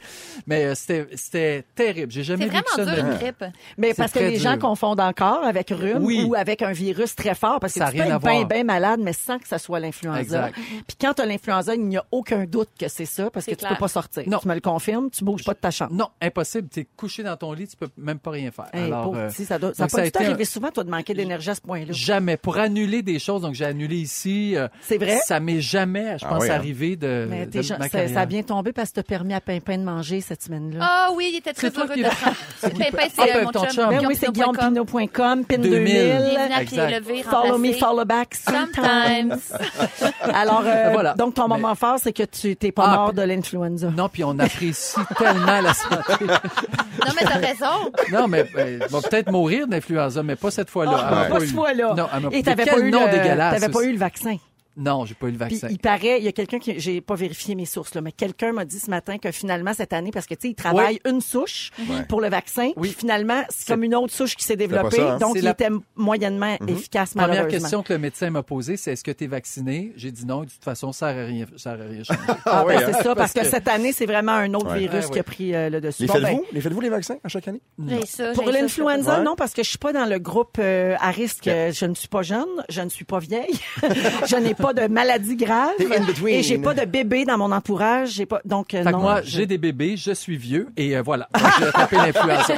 [SPEAKER 5] Mais euh, c'était- c'était terrible. J'ai
[SPEAKER 2] C'est
[SPEAKER 5] jamais vu
[SPEAKER 2] vraiment
[SPEAKER 5] ça de
[SPEAKER 2] dur,
[SPEAKER 5] ma
[SPEAKER 3] hein.
[SPEAKER 5] vie.
[SPEAKER 2] une grippe.
[SPEAKER 3] Mais
[SPEAKER 5] C'est
[SPEAKER 3] parce que
[SPEAKER 5] très
[SPEAKER 3] les gens
[SPEAKER 5] dur.
[SPEAKER 3] confondent encore avec rhume
[SPEAKER 5] Oui.
[SPEAKER 3] ou avec un virus très fort parce que
[SPEAKER 5] Ça a
[SPEAKER 3] tu
[SPEAKER 5] rien
[SPEAKER 3] peux
[SPEAKER 5] à
[SPEAKER 3] être bien,
[SPEAKER 5] voir.
[SPEAKER 3] bien malade, mais sans que ça soit l'influenza.
[SPEAKER 5] Exact.
[SPEAKER 3] Puis quand tu as l'influenza, il n'y a aucun doute que c'est ça parce que
[SPEAKER 2] C'est
[SPEAKER 3] tu
[SPEAKER 2] clair.
[SPEAKER 3] peux pas sortir.
[SPEAKER 5] Non.
[SPEAKER 3] Tu me le confirmes, tu bouges pas de ta chambre.
[SPEAKER 5] Non, impossible. T'es couché dans ton lit, tu peux même pas rien faire.
[SPEAKER 3] Hey,
[SPEAKER 5] Alors,
[SPEAKER 3] pauvre
[SPEAKER 5] euh,
[SPEAKER 3] petit, ça doit, ça
[SPEAKER 5] donc,
[SPEAKER 3] a pas dû
[SPEAKER 5] été un-
[SPEAKER 3] t'arriver souvent, toi, de manquer d'énergie à ce point-là.
[SPEAKER 5] Jamais. Pour annuler des choses, donc j'ai annulé ici. euh,
[SPEAKER 3] C'est vrai?
[SPEAKER 5] Ça m'est jamais, je
[SPEAKER 4] Ah
[SPEAKER 5] pense,
[SPEAKER 4] oui, hein?
[SPEAKER 5] arrivé de,
[SPEAKER 3] Mais
[SPEAKER 5] de
[SPEAKER 3] t'es gen-
[SPEAKER 5] ma
[SPEAKER 3] ça,
[SPEAKER 5] carrière.
[SPEAKER 3] ça a bien tombé parce que t'as permis à Pimpin de manger cette semaine-là.
[SPEAKER 2] Ah oui, il était très
[SPEAKER 5] C'est toi
[SPEAKER 2] heureux
[SPEAKER 5] qui-
[SPEAKER 2] de ça. Pimpin,
[SPEAKER 5] Ah,
[SPEAKER 2] c'est euh,
[SPEAKER 5] ben,
[SPEAKER 2] mon
[SPEAKER 5] ton
[SPEAKER 2] chum.
[SPEAKER 5] chum.
[SPEAKER 3] ben oui, c'est
[SPEAKER 2] guillaume.com.
[SPEAKER 3] guillaumepinot.com, pin
[SPEAKER 5] 2000.
[SPEAKER 3] 2000.
[SPEAKER 2] Il est venu à pied
[SPEAKER 5] Exact.
[SPEAKER 2] levé,
[SPEAKER 3] Follow me,
[SPEAKER 2] remplacé.
[SPEAKER 3] follow back, sometimes.
[SPEAKER 2] Sometimes.
[SPEAKER 3] Alors, euh,
[SPEAKER 5] Voilà.
[SPEAKER 3] donc ton
[SPEAKER 5] Mais-
[SPEAKER 3] moment fort, c'est que tu t'es pas
[SPEAKER 5] Ah,
[SPEAKER 3] mort
[SPEAKER 5] puis-
[SPEAKER 3] de l'influenza.
[SPEAKER 5] Non, puis on apprécie tellement la santé.
[SPEAKER 2] Non, mais t'as raison.
[SPEAKER 5] Non, mais euh, elle va peut-être mourir d'influenza, mais pas cette fois-là.
[SPEAKER 3] Ah,
[SPEAKER 5] Elle m'a
[SPEAKER 3] pas cette
[SPEAKER 5] eu-
[SPEAKER 3] fois-là.
[SPEAKER 5] Non, elle m'a-
[SPEAKER 3] Et t'avais
[SPEAKER 5] Quel
[SPEAKER 3] pas eu
[SPEAKER 5] nom
[SPEAKER 3] le,
[SPEAKER 5] dégueulasse.
[SPEAKER 3] t'avais pas
[SPEAKER 5] aussi.
[SPEAKER 3] eu le vaccin.
[SPEAKER 5] Non, j'ai pas eu le
[SPEAKER 3] Puis
[SPEAKER 5] vaccin.
[SPEAKER 3] il paraît, il y a quelqu'un qui, j'ai pas vérifié mes sources là, mais quelqu'un m'a dit ce matin que finalement cette année, parce que tu sais, il travaille une souche pour le vaccin,
[SPEAKER 5] Oui.
[SPEAKER 3] puis finalement c'est comme une autre souche qui s'est
[SPEAKER 4] pas
[SPEAKER 3] développée,
[SPEAKER 4] ça, hein?
[SPEAKER 3] donc
[SPEAKER 5] C'est
[SPEAKER 3] il
[SPEAKER 5] la-
[SPEAKER 3] était
[SPEAKER 5] Mhm.
[SPEAKER 3] moyennement efficace
[SPEAKER 5] Première
[SPEAKER 3] malheureusement.
[SPEAKER 5] question que le médecin m'a posée, c'est est-ce que tu es vacciné? J'ai dit non, de toute façon, ça n'a rien, ça sert à rien changé.
[SPEAKER 3] Ah,
[SPEAKER 4] Ah oui,
[SPEAKER 3] ben,
[SPEAKER 4] hein?
[SPEAKER 3] c'est ça, parce,
[SPEAKER 5] Parce
[SPEAKER 3] que,
[SPEAKER 5] que-
[SPEAKER 3] cette année c'est vraiment un autre
[SPEAKER 4] Ouais.
[SPEAKER 3] virus
[SPEAKER 5] Ah,
[SPEAKER 3] qui
[SPEAKER 5] oui.
[SPEAKER 3] a pris euh, le dessus.
[SPEAKER 4] Les
[SPEAKER 3] Bon, ben,
[SPEAKER 4] faites-vous? Les faites-vous les vaccins à chaque année?
[SPEAKER 2] J'ai ça, j'ai
[SPEAKER 3] Pour
[SPEAKER 2] ça,
[SPEAKER 3] l'influenza,
[SPEAKER 4] Ouais.
[SPEAKER 3] non, parce que je suis pas dans le groupe euh, à risque. Euh, Je ne suis pas jeune, je ne suis pas vieille, je n'ai pas de maladie grave
[SPEAKER 4] T'es in between.
[SPEAKER 3] et j'ai pas de bébé dans mon entourage. J'ai pas donc euh,
[SPEAKER 5] Fait que
[SPEAKER 3] non.
[SPEAKER 5] moi,
[SPEAKER 3] je-
[SPEAKER 5] j'ai des bébés, je suis vieux, et euh, voilà, Donc, j'ai attrapé l'influenza.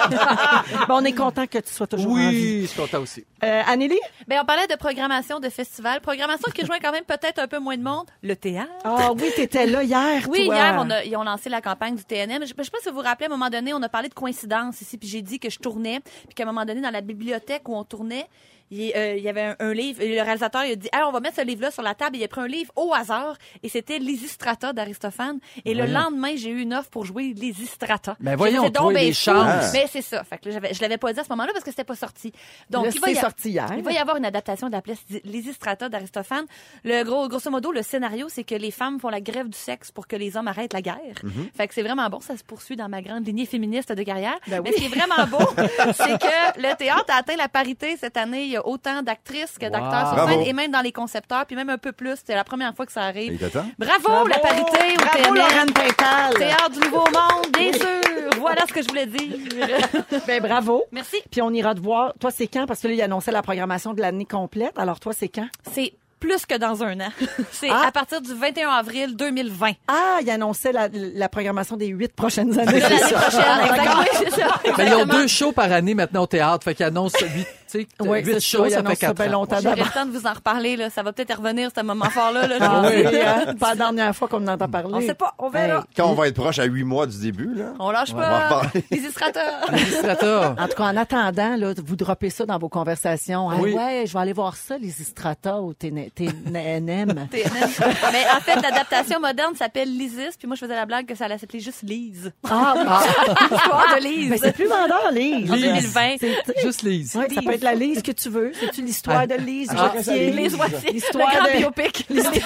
[SPEAKER 3] Ben, on est content que tu sois toujours en vie.
[SPEAKER 5] oui, je suis content aussi.
[SPEAKER 3] Euh, Anneli?
[SPEAKER 2] Ben, on parlait de programmation de festival. Programmation qui rejoint quand même peut-être un peu moins de monde. Le théâtre.
[SPEAKER 3] Ah oui, t'étais là hier.
[SPEAKER 2] Oui,
[SPEAKER 3] toi.
[SPEAKER 2] hier, on a, ils ont lancé la campagne du TNM. Je, je sais pas si vous vous rappelez, à un moment donné, on a parlé de coïncidence ici, puis j'ai dit que je tournais, puis qu'à un moment donné, dans la bibliothèque où on tournait, il, euh, il y avait un, un livre, et le réalisateur il a dit, Hey, on va mettre ce livre-là sur la table. Il a pris un livre au hasard, et c'était Lysistrata d'Aristophane. Et le lendemain, j'ai eu une offre pour jouer Lysistrata.
[SPEAKER 5] Ben
[SPEAKER 2] J'ai
[SPEAKER 5] voyons,
[SPEAKER 2] fait, C'est
[SPEAKER 5] toi,
[SPEAKER 2] donc ben
[SPEAKER 5] les
[SPEAKER 2] fou.
[SPEAKER 5] chances.
[SPEAKER 2] Mais c'est ça. Fait que là, j'avais- je l'avais pas dit à ce moment-là parce que c'était pas sorti.
[SPEAKER 3] Là,
[SPEAKER 2] Donc, il va, y
[SPEAKER 3] c'est
[SPEAKER 2] a-
[SPEAKER 3] sorti hier.
[SPEAKER 2] Ah, il va y avoir une adaptation de la pièce Lysistrata d'Aristophane. Le gros, grosso modo, le scénario, c'est que les femmes font la grève du sexe pour que les hommes arrêtent la guerre. Fait que c'est vraiment bon. Ça se poursuit dans ma grande lignée féministe de carrière. Mais ce qui est vraiment beau, c'est que le théâtre a atteint la parité cette année. Il y a autant d'actrices que d'acteurs sur
[SPEAKER 4] Bravo.
[SPEAKER 2] scène et même dans les concepteurs, puis même un peu plus. C'est la première fois que ça arrive.
[SPEAKER 4] Et t'attends?
[SPEAKER 2] Bravo, la parité au
[SPEAKER 3] Bravo,
[SPEAKER 2] TNL.
[SPEAKER 3] Lorraine Pintal.
[SPEAKER 2] Théâtre du Nouveau Monde, bien sûr. Voilà ce que je voulais dire.
[SPEAKER 3] Ben, bravo.
[SPEAKER 2] Merci.
[SPEAKER 3] Puis on ira te voir. Toi, c'est quand? Parce que là, il annonçait la programmation de l'année complète. Alors, toi, c'est quand?
[SPEAKER 2] C'est plus que dans un an. C'est
[SPEAKER 3] Ah.
[SPEAKER 2] à partir du 21 avril 2020.
[SPEAKER 3] Ah, il annonçait la, la programmation des huit prochaines
[SPEAKER 2] De
[SPEAKER 3] années.
[SPEAKER 2] l'année prochaine. Exactement. Oui, c'est ça.
[SPEAKER 5] Mais ils ont
[SPEAKER 2] Exactement.
[SPEAKER 5] deux shows par année maintenant au théâtre, fait qu'ils annoncent huit, tu sais,
[SPEAKER 3] Oui,
[SPEAKER 5] huit
[SPEAKER 3] c'est
[SPEAKER 5] shows,
[SPEAKER 3] chaud. Il
[SPEAKER 5] ça fait
[SPEAKER 3] annonce ça
[SPEAKER 5] quatre
[SPEAKER 3] bien
[SPEAKER 5] ans.
[SPEAKER 3] longtemps
[SPEAKER 2] J'aurai
[SPEAKER 3] d'avant.
[SPEAKER 2] le temps de vous en reparler. Là. Ça va peut-être revenir, ce moment fort-là. Là, je
[SPEAKER 3] Ah
[SPEAKER 2] vous le
[SPEAKER 3] oui,
[SPEAKER 2] dis, hein.
[SPEAKER 3] hein? Pas la dernière fois qu'on en a parlé.
[SPEAKER 6] On sait pas, on verra.
[SPEAKER 3] Hey.
[SPEAKER 4] Quand on va être proche à huit mois du début, là.
[SPEAKER 2] On lâche
[SPEAKER 4] On va en
[SPEAKER 2] pas.
[SPEAKER 4] reparler.
[SPEAKER 2] Les illustrateurs.
[SPEAKER 5] Administrateur.
[SPEAKER 3] En tout cas, en attendant, là, vous droppez ça dans vos conversations. Ah
[SPEAKER 5] Oui.
[SPEAKER 3] ouais, je vais aller voir ça, les Istrata au TN- TNM.
[SPEAKER 2] Mais en fait, l'adaptation moderne s'appelle Lysis. Puis moi, je faisais la blague que ça allait s'appeler juste Lise.
[SPEAKER 3] ah,
[SPEAKER 2] L'histoire de Lise.
[SPEAKER 3] mais c'est plus vendeur, les.
[SPEAKER 2] En 2020.
[SPEAKER 5] Juste Lise.
[SPEAKER 3] Ouais, ça peut
[SPEAKER 6] être la Lise que tu veux. C'est-tu l'histoire de Lise
[SPEAKER 5] Ah.
[SPEAKER 6] Wattier?
[SPEAKER 2] Les oisiers.
[SPEAKER 6] L'histoire
[SPEAKER 2] le grand
[SPEAKER 6] de-
[SPEAKER 2] biopic. Les oisiers.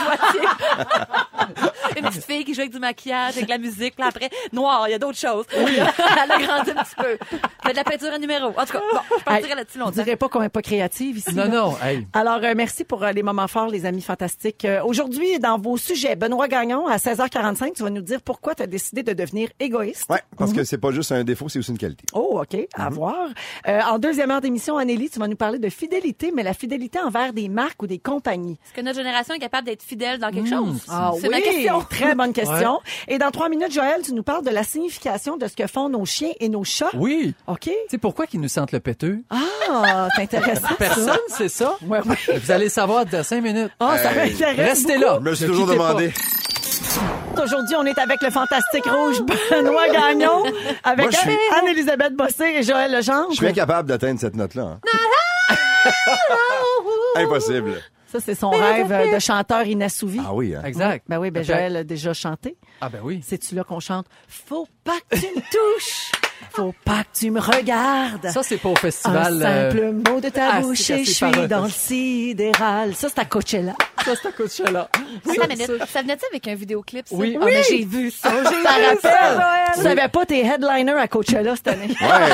[SPEAKER 2] une petite fille qui joue avec du maquillage, avec de la musique, puis après, noir, il y a d'autres choses. Elle a grandi un petit peu. Fait de la peinture à numéro. En tout cas, bon, je partirai là-dessus
[SPEAKER 3] On
[SPEAKER 2] longtemps.
[SPEAKER 3] dirait pas qu'on est pas créative ici.
[SPEAKER 5] Non,
[SPEAKER 3] là.
[SPEAKER 5] non, hey.
[SPEAKER 3] Alors, euh, merci pour euh, les moments forts, les amis fantastiques. Euh, Aujourd'hui, dans vos sujets, Benoît Gagnon, à 16h45, tu vas nous dire pourquoi tu as décidé de devenir égoïste.
[SPEAKER 4] Ouais, parce
[SPEAKER 3] Mm-hmm.
[SPEAKER 4] que c'est pas juste un défaut, c'est aussi une qualité.
[SPEAKER 3] Oh, OK,
[SPEAKER 5] Mm-hmm.
[SPEAKER 3] à voir. Euh, en deuxième heure d'émission, Anélie, tu vas nous parler de fidélité, mais la fidélité envers des marques ou des compagnies. Ah
[SPEAKER 2] Est-ce que notre génération est capable d'être fidèle dans quelque chose? C'est
[SPEAKER 3] oui,
[SPEAKER 2] ma question.
[SPEAKER 3] Très bonne question. Et dans trois minutes, Joël, tu nous parles de la signification de ce que font nos chiens et nos chats.
[SPEAKER 5] Oui.
[SPEAKER 3] OK?
[SPEAKER 5] Tu sais pourquoi qu'ils nous sentent le péteux?
[SPEAKER 3] Ah, c'est intéressant.
[SPEAKER 5] Personne, c'est ça?
[SPEAKER 3] Ouais, oui.
[SPEAKER 5] Vous allez savoir dans cinq minutes.
[SPEAKER 3] Ah, ça m'intéresse
[SPEAKER 5] Euh, Restez
[SPEAKER 3] beaucoup.
[SPEAKER 5] là.
[SPEAKER 4] Je me suis
[SPEAKER 5] Ne
[SPEAKER 4] toujours
[SPEAKER 5] quittez pas.
[SPEAKER 4] demandé.
[SPEAKER 3] Aujourd'hui, on est avec le fantastique rouge Benoît Gagnon, avec
[SPEAKER 4] Moi, je suis-
[SPEAKER 3] Anne-Elisabeth Bossé et Joël Legendre.
[SPEAKER 4] Je suis incapable d'atteindre cette note-là. hein. Impossible.
[SPEAKER 3] Ça, c'est son rêve euh, de chanteur inassouvi.
[SPEAKER 4] Ah oui, hein.
[SPEAKER 5] Exact.
[SPEAKER 3] Ben oui, ben
[SPEAKER 5] Après-
[SPEAKER 3] Joël a déjà chanté.
[SPEAKER 5] Ah ben oui.
[SPEAKER 3] C'est-tu là qu'on chante « Faut pas que tu me touches, faut pas que tu me regardes ».
[SPEAKER 5] Ça, c'est pas
[SPEAKER 3] Un
[SPEAKER 5] au festival. euh,
[SPEAKER 3] simple mot de ta
[SPEAKER 5] ah,
[SPEAKER 3] bouche
[SPEAKER 5] c'est
[SPEAKER 3] et
[SPEAKER 5] assez
[SPEAKER 3] je suis
[SPEAKER 5] parole.
[SPEAKER 3] dans le sidéral. Ça, c'est à Coachella.
[SPEAKER 5] ça, c'est à Coachella.
[SPEAKER 2] Attends une minute. Ça venait-tu avec un vidéoclip? ça?
[SPEAKER 5] Oui.
[SPEAKER 2] Ah, mais j'ai vu ça. J'ai vu ça.
[SPEAKER 6] Joël.
[SPEAKER 3] Tu savais pas tes headliners à Coachella cette année.
[SPEAKER 5] Hey,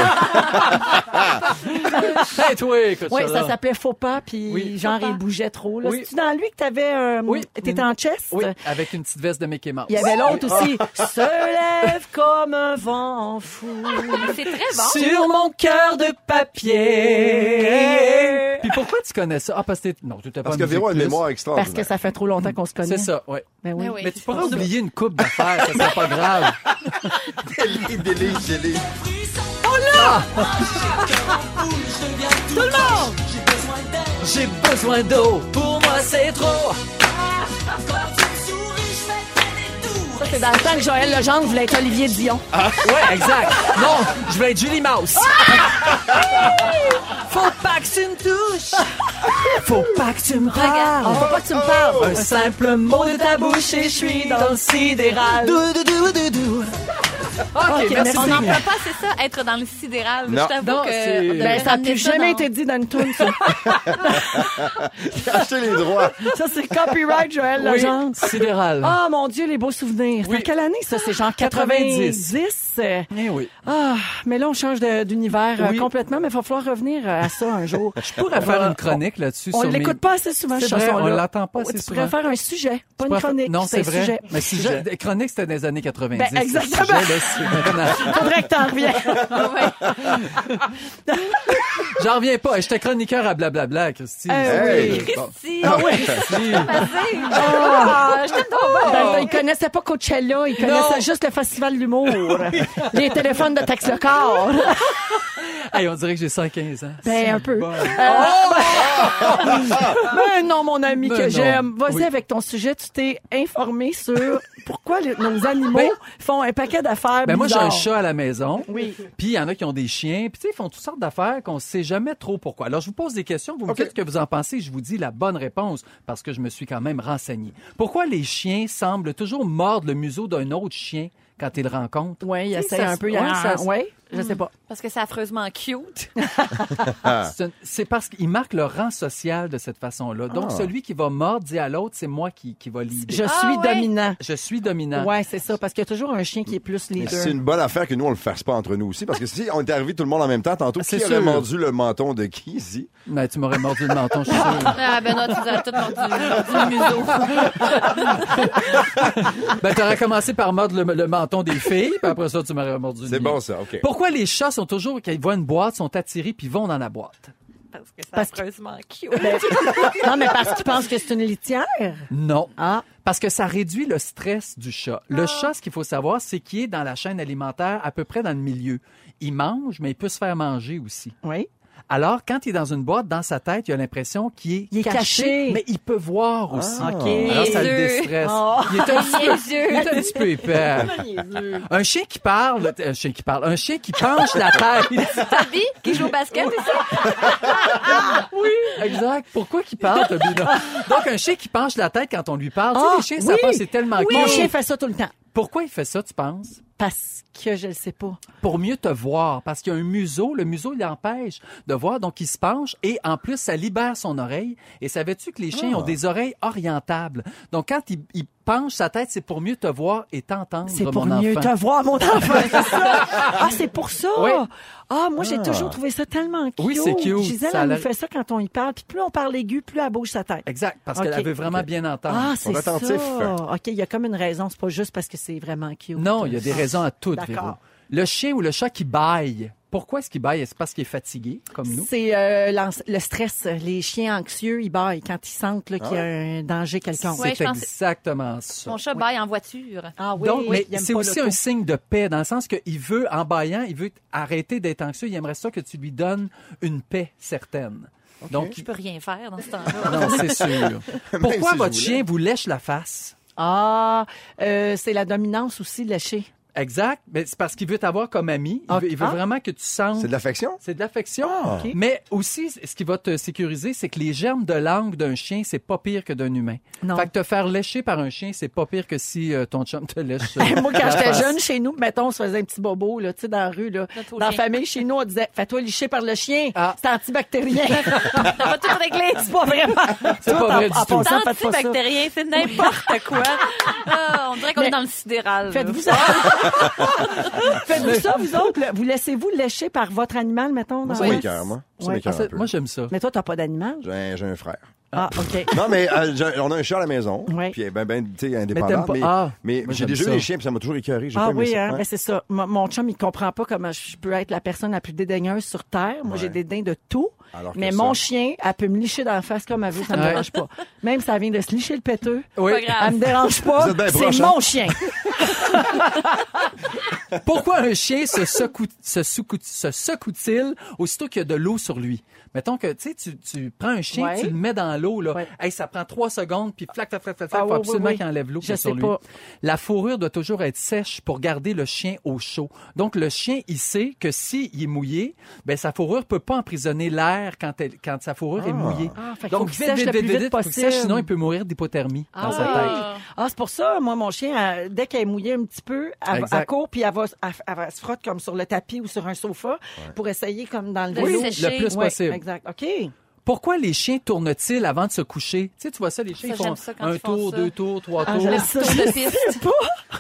[SPEAKER 5] toi, Coachella.
[SPEAKER 3] Oui, ça s'appelait Faux pas, puis
[SPEAKER 5] Oui.
[SPEAKER 3] genre, il bougeait trop. là.
[SPEAKER 5] Oui.
[SPEAKER 3] C'est-tu dans lui que t'avais... Euh,
[SPEAKER 5] Oui.
[SPEAKER 3] T'étais en chest?
[SPEAKER 5] Oui, avec une petite veste de Mickey Mouse.
[SPEAKER 3] Il y avait l'autre aussi. Se lève comme un vent fou.
[SPEAKER 2] Ah, C'est très bon.
[SPEAKER 3] Sur mon cœur de papier.
[SPEAKER 5] Puis pourquoi tu connais ça? Ah, parce que t'es... Non, tu t'es pas
[SPEAKER 4] Parce que
[SPEAKER 5] musique
[SPEAKER 4] Véro a une
[SPEAKER 5] plus.
[SPEAKER 4] mémoire
[SPEAKER 3] Parce
[SPEAKER 4] extraordinaire.
[SPEAKER 3] que ça fait trop longtemps qu'on se connaît.
[SPEAKER 5] C'est ça, oui.
[SPEAKER 3] Ben oui.
[SPEAKER 2] Ben oui.
[SPEAKER 5] Mais tu pourrais oublier une coupe d'affaires, ça serait pas grave.
[SPEAKER 4] Délit, délit, délit.
[SPEAKER 5] J'ai besoin d'eau, pour moi c'est trop.
[SPEAKER 3] Ça, C'est dans le temps que Joël Legendre voulait être Olivier Dion.
[SPEAKER 5] Ah, Ouais, exact. Non, je vais être Julie Mouse.
[SPEAKER 3] Ah, Faut pas que tu me touches. Faut pas que tu me regardes. Faut pas que tu me parles. Un simple mot de ta bouche et je suis dans le sidéral.
[SPEAKER 5] Ok, merci.
[SPEAKER 2] On n'en peut pas, c'est ça, être dans le sidéral.
[SPEAKER 4] Non.
[SPEAKER 2] Je t'avoue
[SPEAKER 5] Non, c'est-
[SPEAKER 2] que. on devrait
[SPEAKER 3] Ben, ça n'a
[SPEAKER 2] ramener
[SPEAKER 3] plus jamais
[SPEAKER 2] dans-
[SPEAKER 3] été dit dans une toune, ça.
[SPEAKER 4] Achetez les droits.
[SPEAKER 3] Ça, c'est copyright, Joël
[SPEAKER 5] Oui,
[SPEAKER 3] Legendre.
[SPEAKER 5] sidéral.
[SPEAKER 3] Ah, mon Dieu, les beaux souvenirs.
[SPEAKER 5] Oui.
[SPEAKER 3] C'était quelle année, ça? C'est genre 90.
[SPEAKER 5] 90.
[SPEAKER 3] euh,
[SPEAKER 5] Eh oui.
[SPEAKER 3] Ah, mais là, on change de- d'univers euh,
[SPEAKER 5] Oui.
[SPEAKER 3] complètement, mais il va falloir revenir euh, à ça un jour. Je
[SPEAKER 5] pourrais faire une chronique là-dessus
[SPEAKER 3] On
[SPEAKER 5] sur mes-
[SPEAKER 3] l'écoute pas assez souvent,
[SPEAKER 5] C'est
[SPEAKER 3] cette
[SPEAKER 5] vrai,
[SPEAKER 3] chanson-là.
[SPEAKER 5] on l'entend pas
[SPEAKER 3] Oh,
[SPEAKER 5] assez
[SPEAKER 3] Tu pourrais
[SPEAKER 5] souvent.
[SPEAKER 3] faire un sujet, pas une
[SPEAKER 5] Pourrais faire-
[SPEAKER 3] chronique.
[SPEAKER 5] Non, c'est
[SPEAKER 3] un
[SPEAKER 5] vrai.
[SPEAKER 3] sujet.
[SPEAKER 5] Mais si j'ai- chronique, c'était des années 90.
[SPEAKER 3] Ben,
[SPEAKER 5] C'est ce
[SPEAKER 3] exactement.
[SPEAKER 5] sujet-là, c'est maintenant.
[SPEAKER 3] Faudrait que t'en reviennes.
[SPEAKER 2] Ouais.
[SPEAKER 5] J'en reviens pas. J'étais chroniqueur à Blablabla, Christy.
[SPEAKER 3] Eh
[SPEAKER 4] oui.
[SPEAKER 5] Bon.
[SPEAKER 2] Si.
[SPEAKER 5] Christy.
[SPEAKER 2] Ah, je t'aime donc bien.
[SPEAKER 3] Dans le temps, Ils connaissaient Ben, pas Coachella, ils connaissaient
[SPEAKER 5] Non.
[SPEAKER 3] juste le festival de l'humour. les téléphones de Tax le corps.
[SPEAKER 5] Hey, on dirait que j'ai 115 ans.
[SPEAKER 3] Ben, un peu.
[SPEAKER 5] Bon.
[SPEAKER 3] Mais non, mon ami
[SPEAKER 5] Ben
[SPEAKER 3] que
[SPEAKER 5] non.
[SPEAKER 3] j'aime. Vas-y
[SPEAKER 5] Oui.
[SPEAKER 3] avec ton sujet. Tu t'es informé sur pourquoi les- nos animaux
[SPEAKER 5] Ben-
[SPEAKER 3] font un paquet d'affaires
[SPEAKER 5] Ben moi, j'ai un
[SPEAKER 3] bizarres.
[SPEAKER 5] chat à la maison.
[SPEAKER 3] Oui.
[SPEAKER 5] Puis il y en a qui ont des chiens. Puis tu sais, ils font toutes sortes d'affaires qu'on sait jamais trop pourquoi. Alors je vous pose des questions, vous me dites ce que vous en pensez, je vous dis la bonne réponse parce que je me suis quand même renseigné. Pourquoi les chiens semblent toujours mordre le museau d'un autre chien quand ils le rencontrent
[SPEAKER 3] Oui, il
[SPEAKER 5] Tu sais,
[SPEAKER 3] essaie
[SPEAKER 5] ça
[SPEAKER 3] un
[SPEAKER 5] se-
[SPEAKER 3] peu.
[SPEAKER 5] ouais, ça
[SPEAKER 3] Oui,
[SPEAKER 5] se- Hmm.
[SPEAKER 3] ouais, je sais pas.
[SPEAKER 2] Parce que c'est affreusement cute.
[SPEAKER 4] Ah.
[SPEAKER 5] C'est un- C'est parce qu'ils marquent leur rang social de cette façon-là. Donc
[SPEAKER 4] Ah.
[SPEAKER 5] celui qui va mordre dit à l'autre, c'est moi qui, qui va l'idée.
[SPEAKER 3] Je
[SPEAKER 5] Je...
[SPEAKER 2] Ah,
[SPEAKER 3] suis
[SPEAKER 2] ouais.
[SPEAKER 3] dominant.
[SPEAKER 5] suis dominant.
[SPEAKER 3] Ouais, c'est ça, parce qu'il y a toujours un chien qui est plus
[SPEAKER 4] Mais
[SPEAKER 3] leader.
[SPEAKER 4] C'est une bonne affaire que nous, on le fasse pas entre nous aussi. Parce que si on était arrivé tout le monde en même temps, tantôt, qui
[SPEAKER 5] Ah, C'est
[SPEAKER 4] aurait
[SPEAKER 5] sûr.
[SPEAKER 4] mordu le menton de qui ici?
[SPEAKER 5] Mais Ben, tu m'aurais mordu le menton, je suis sûr.
[SPEAKER 2] Ah, ben non, tu nous as tout mordu du museau.
[SPEAKER 5] Ben, t'aurais commencé par mordre le, le menton des filles, puis après ça, tu m'aurais mordu le
[SPEAKER 4] C'est
[SPEAKER 5] mien.
[SPEAKER 4] bon, ça, OK.
[SPEAKER 5] Pourquoi les chats sont toujours, quand ils voient une boîte, sont attirés puis vont dans la boîte?
[SPEAKER 2] Parce que c'est
[SPEAKER 3] Parce que-
[SPEAKER 2] affreusement cute.
[SPEAKER 3] Ben, Non, mais parce qu'il pense que c'est une litière.
[SPEAKER 5] Non.
[SPEAKER 3] Ah.
[SPEAKER 5] Parce que ça réduit le stress du chat. Le chat, ce qu'il faut savoir, c'est qu'il est dans la chaîne alimentaire à peu près dans le milieu. Il mange, mais il peut se faire manger aussi.
[SPEAKER 3] Oui.
[SPEAKER 5] Alors, quand il est dans une boîte, dans sa tête, il a l'impression qu'il est,
[SPEAKER 3] Il est caché.
[SPEAKER 5] mais il peut voir aussi.
[SPEAKER 3] OK.
[SPEAKER 5] Alors, ça le
[SPEAKER 2] Niaiseux.
[SPEAKER 5] déstresse.
[SPEAKER 3] Oh.
[SPEAKER 5] Il est un petit peu-
[SPEAKER 2] Niaiseux.
[SPEAKER 5] il est un petit peu épais. Un chien qui parle, un chien qui parle, un chien qui penche la tête.
[SPEAKER 2] Tabi, qui joue au basket ici.
[SPEAKER 5] Oui, exact. Pourquoi qu'il parle, Toby? là? Donc, un chien qui penche la tête quand on lui parle. tu sais, les chiens, ça
[SPEAKER 3] Ah, oui.
[SPEAKER 5] passe, c'est tellement
[SPEAKER 3] Oui.
[SPEAKER 5] cute.
[SPEAKER 3] Mon chien fait ça tout le temps.
[SPEAKER 5] Pourquoi il fait ça, tu penses?
[SPEAKER 3] Parce que je le sais pas.
[SPEAKER 5] pour mieux te voir, parce qu'il y a un museau, le museau l'empêche de voir, donc il se penche et en plus ça libère son oreille. Et savais-tu que les chiens
[SPEAKER 3] Ah.
[SPEAKER 5] ont des oreilles orientables Donc quand il, il penche sa tête, c'est pour mieux te voir et t'entendre.
[SPEAKER 3] C'est
[SPEAKER 5] mon
[SPEAKER 3] pour mieux
[SPEAKER 5] enfant.
[SPEAKER 3] te voir, mon enfant. c'est ça. Ah, c'est pour ça.
[SPEAKER 5] Oui.
[SPEAKER 3] Ah, moi, j'ai toujours trouvé ça tellement cute.
[SPEAKER 5] Oui, c'est cute.
[SPEAKER 3] Gisèle,
[SPEAKER 5] Ça
[SPEAKER 3] elle
[SPEAKER 5] l'a-
[SPEAKER 3] nous fait ça quand on y parle. Puis plus on parle aigu, plus elle bouge sa tête.
[SPEAKER 5] Exact, parce
[SPEAKER 3] Ok.
[SPEAKER 5] qu'elle veut vraiment bien entendre.
[SPEAKER 3] Ah,
[SPEAKER 4] Sont
[SPEAKER 3] c'est ça.
[SPEAKER 4] attentifs.
[SPEAKER 3] OK, il y a comme une raison. C'est pas juste parce que c'est vraiment cute.
[SPEAKER 5] Non, il y a des raisons à toutes,
[SPEAKER 3] D'accord.
[SPEAKER 5] Véro. Le chien ou le chat qui baille, pourquoi est-ce qu'il baille? Est-ce parce qu'il est fatigué, comme nous?
[SPEAKER 3] C'est euh, l'an- le stress. Les chiens anxieux, ils baillent quand ils sentent là,
[SPEAKER 5] Ah
[SPEAKER 3] qu'il y a un danger quelconque.
[SPEAKER 2] Ouais,
[SPEAKER 5] c'est
[SPEAKER 2] je pense-
[SPEAKER 5] exactement ça.
[SPEAKER 2] Mon chat baille en voiture.
[SPEAKER 3] Ah oui,
[SPEAKER 5] Donc,
[SPEAKER 3] oui,
[SPEAKER 5] mais
[SPEAKER 3] ils aiment
[SPEAKER 5] c'est
[SPEAKER 3] pas
[SPEAKER 5] aussi
[SPEAKER 3] l'auto.
[SPEAKER 5] un signe de paix, dans le sens qu'il veut, en baillant, il veut arrêter d'être anxieux. Il aimerait ça que tu lui donnes une paix certaine. Donc,
[SPEAKER 2] Je peux rien faire dans ce temps-là.
[SPEAKER 5] non, c'est sûr. Pourquoi
[SPEAKER 4] si je voulais.
[SPEAKER 5] votre chien vous lèche la face?
[SPEAKER 3] Ah, euh, c'est la dominance aussi léchée.
[SPEAKER 5] Exact. Mais c'est parce qu'il veut t'avoir comme ami. Il veut, il veut
[SPEAKER 3] Ah.
[SPEAKER 5] vraiment que tu sentes.
[SPEAKER 4] C'est de l'affection?
[SPEAKER 5] C'est de l'affection. Mais aussi, ce qui va te sécuriser, c'est que les germes de langue d'un chien, c'est pas pire que d'un humain.
[SPEAKER 3] Non.
[SPEAKER 5] Fait que te faire lécher par un chien, c'est pas pire que si euh, ton chum te lèche. euh,
[SPEAKER 3] Moi, quand
[SPEAKER 5] la
[SPEAKER 3] j'étais
[SPEAKER 5] face.
[SPEAKER 3] jeune, chez nous, mettons, on se faisait un petit bobo, là, tu sais, dans la rue, là.
[SPEAKER 2] Notre
[SPEAKER 3] Dans
[SPEAKER 2] au
[SPEAKER 3] la
[SPEAKER 2] chien.
[SPEAKER 3] famille, chez nous, on disait, fais-toi licher par le chien.
[SPEAKER 5] Ah.
[SPEAKER 3] C'est antibactérien.
[SPEAKER 2] Ça va tout régler.
[SPEAKER 3] c'est pas vraiment.
[SPEAKER 5] C'est pas
[SPEAKER 3] en-
[SPEAKER 5] vrai
[SPEAKER 3] en
[SPEAKER 5] du tout.
[SPEAKER 2] C'est
[SPEAKER 3] passant, faites pas ça.
[SPEAKER 2] antibactérien, c'est n'importe quoi. Ah, on dirait qu'on
[SPEAKER 3] Mais
[SPEAKER 2] est dans le sidéral. là.
[SPEAKER 3] Faites-vous ça. Faites-vous ça, vous autres. là? Vous laissez-vous lécher par votre animal, mettons?
[SPEAKER 4] Moi,
[SPEAKER 3] dans
[SPEAKER 4] ça
[SPEAKER 3] la-
[SPEAKER 4] m'écoeure, moi. Ça
[SPEAKER 3] Ouais.
[SPEAKER 4] m'écoeure un peu.
[SPEAKER 5] Moi, j'aime Ah, ça.
[SPEAKER 3] Mais toi, t'as pas d'animal?
[SPEAKER 4] J'ai un- j'ai un frère.
[SPEAKER 3] Ah, OK.
[SPEAKER 4] Non, mais euh, j'ai- on a un chat à la maison.
[SPEAKER 3] Ouais.
[SPEAKER 4] Puis, elle est ben, ben, tu sais,
[SPEAKER 5] Mais
[SPEAKER 4] indépendant.
[SPEAKER 5] t'aimes pas-
[SPEAKER 4] Mais,
[SPEAKER 5] Ah,
[SPEAKER 4] mais
[SPEAKER 5] moi,
[SPEAKER 4] j'ai
[SPEAKER 5] j'aime
[SPEAKER 4] déjà eu
[SPEAKER 5] ça.
[SPEAKER 4] les chiens, puis ça m'a toujours écoeuré. J'ai
[SPEAKER 3] Ah
[SPEAKER 4] pas aimé
[SPEAKER 3] oui,
[SPEAKER 4] ça.
[SPEAKER 3] hein?
[SPEAKER 4] Ouais.
[SPEAKER 3] Ben, c'est ça. Mon- mon chum, il comprend pas comment je peux être la personne la plus dédaigneuse sur Terre. Moi, j'ai des dédain de tout.
[SPEAKER 4] Alors que
[SPEAKER 3] mais mon
[SPEAKER 4] ça-
[SPEAKER 3] chien, elle peut me licher dans la face comme elle veut, ça me
[SPEAKER 5] Ouais.
[SPEAKER 3] dérange pas. Même si elle vient de se licher le péteux,
[SPEAKER 5] Oui.
[SPEAKER 2] Pas grave.
[SPEAKER 3] elle me dérange pas.
[SPEAKER 4] Vous êtes bien proche,
[SPEAKER 3] C'est
[SPEAKER 4] hein?
[SPEAKER 3] mon chien.
[SPEAKER 5] Pourquoi un chien se secoue, se secoue, se secoue-t-il aussitôt qu'il y a de l'eau sur lui? Mettons que, tu sais, tu, tu prends un chien,
[SPEAKER 3] Ouais.
[SPEAKER 5] tu le mets dans l'eau, là.
[SPEAKER 3] Ouais.
[SPEAKER 5] Hey, ça prend trois secondes, puis flac, flac, flac, flac,
[SPEAKER 3] Ah
[SPEAKER 5] faut
[SPEAKER 3] oui,
[SPEAKER 5] absolument
[SPEAKER 3] oui, oui.
[SPEAKER 5] qu'il enlève l'eau
[SPEAKER 3] Je
[SPEAKER 5] qui est sur
[SPEAKER 3] sais
[SPEAKER 5] lui.
[SPEAKER 3] pas.
[SPEAKER 5] La fourrure doit toujours être sèche pour garder le chien au chaud. Donc, le chien, il sait que s'il est mouillé, ben, sa fourrure peut pas emprisonner l'air quand elle, quand sa fourrure est mouillée.
[SPEAKER 3] Ah, fait qu'il faut
[SPEAKER 5] Donc,
[SPEAKER 3] qu'il sèche le plus vite
[SPEAKER 5] faut qu'il sèche,
[SPEAKER 3] possible.
[SPEAKER 5] sinon il peut mourir d'hypothermie dans sa tête.
[SPEAKER 2] Ah.
[SPEAKER 3] Ah, c'est pour ça, moi, mon chien, elle- dès qu'elle est mouillée un petit peu, elle, va-
[SPEAKER 5] Exact.
[SPEAKER 3] elle court, puis elle, va, elle, elle va se frotte comme sur le tapis ou sur un sofa pour essayer comme dans le
[SPEAKER 2] Oui,
[SPEAKER 3] vélo.
[SPEAKER 2] c'est
[SPEAKER 5] le
[SPEAKER 2] sécher.
[SPEAKER 5] plus
[SPEAKER 3] Ouais,
[SPEAKER 5] possible.
[SPEAKER 3] exact. OK.
[SPEAKER 5] Pourquoi les chiens tournent-ils avant de se coucher? Tu sais, tu vois ça, les chiens
[SPEAKER 2] Ça,
[SPEAKER 5] ils font
[SPEAKER 2] j'aime ça quand
[SPEAKER 5] un
[SPEAKER 2] ils font
[SPEAKER 5] tour,
[SPEAKER 2] ça.
[SPEAKER 5] deux tours, trois
[SPEAKER 3] Ah,
[SPEAKER 5] tours.
[SPEAKER 3] j'aime
[SPEAKER 2] Le
[SPEAKER 3] ça,
[SPEAKER 2] tour
[SPEAKER 3] je
[SPEAKER 2] de
[SPEAKER 3] le
[SPEAKER 2] piste.
[SPEAKER 3] sais pas.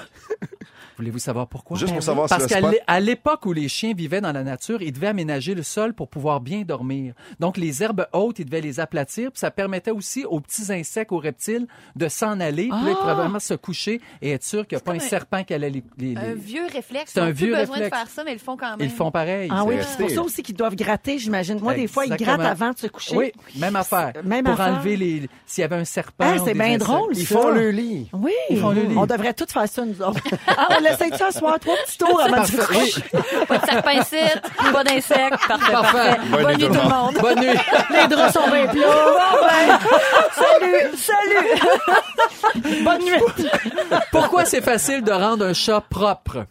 [SPEAKER 5] Voulez-vous savoir pourquoi? Ben
[SPEAKER 4] Juste pour savoir si
[SPEAKER 5] Parce
[SPEAKER 4] le
[SPEAKER 5] qu'à
[SPEAKER 4] spot-
[SPEAKER 5] l'é- à l'époque où les chiens vivaient dans la nature, ils devaient aménager le sol pour pouvoir bien dormir. Donc, les herbes hautes, ils devaient les aplatir. Puis ça permettait aussi aux petits insectes, aux reptiles, de s'en aller. Puis là,
[SPEAKER 3] Ah!
[SPEAKER 5] ils pouvaient vraiment se coucher et être sûr qu'il n'y a pas un
[SPEAKER 2] comme un-
[SPEAKER 5] serpent qui allait les... les-
[SPEAKER 2] Un
[SPEAKER 5] les-
[SPEAKER 2] vieux réflexe.
[SPEAKER 5] C'est
[SPEAKER 2] Ils
[SPEAKER 5] un
[SPEAKER 2] n'ont plus
[SPEAKER 5] vieux
[SPEAKER 2] besoin de
[SPEAKER 5] réflexe.
[SPEAKER 2] faire ça, mais ils le font quand même.
[SPEAKER 5] Ils le font pareil.
[SPEAKER 3] Ah oui,
[SPEAKER 4] resté.
[SPEAKER 3] c'est pour ça aussi qu'ils doivent gratter, j'imagine. Moi, des fois, ils
[SPEAKER 5] Exactement.
[SPEAKER 3] grattent avant de se coucher.
[SPEAKER 5] Oui, même affaire.
[SPEAKER 3] Même
[SPEAKER 5] pour
[SPEAKER 3] affaire.
[SPEAKER 5] enlever les... S'il y avait un serpent
[SPEAKER 3] Ah,
[SPEAKER 5] ou
[SPEAKER 3] c'est
[SPEAKER 5] des
[SPEAKER 3] bien
[SPEAKER 5] insectes.
[SPEAKER 3] drôle,
[SPEAKER 4] Ils
[SPEAKER 3] ça.
[SPEAKER 4] font le lit.
[SPEAKER 3] Oui,
[SPEAKER 5] font le lit.
[SPEAKER 3] on devrait tous faire ça, nous autres. ah, on l'essaye-tu à soir? Trois petits tours avant de se coucher.
[SPEAKER 2] Pas de serpent ici, pas d'insectes. Parfait.
[SPEAKER 5] Parfait.
[SPEAKER 4] Bonne nuit, tout le monde.
[SPEAKER 5] Bonne nuit.
[SPEAKER 3] Les draps sont bien plats. Bon, ben, salut, salut. Bonne nuit.
[SPEAKER 5] Pourquoi c'est facile de rendre un chat propre?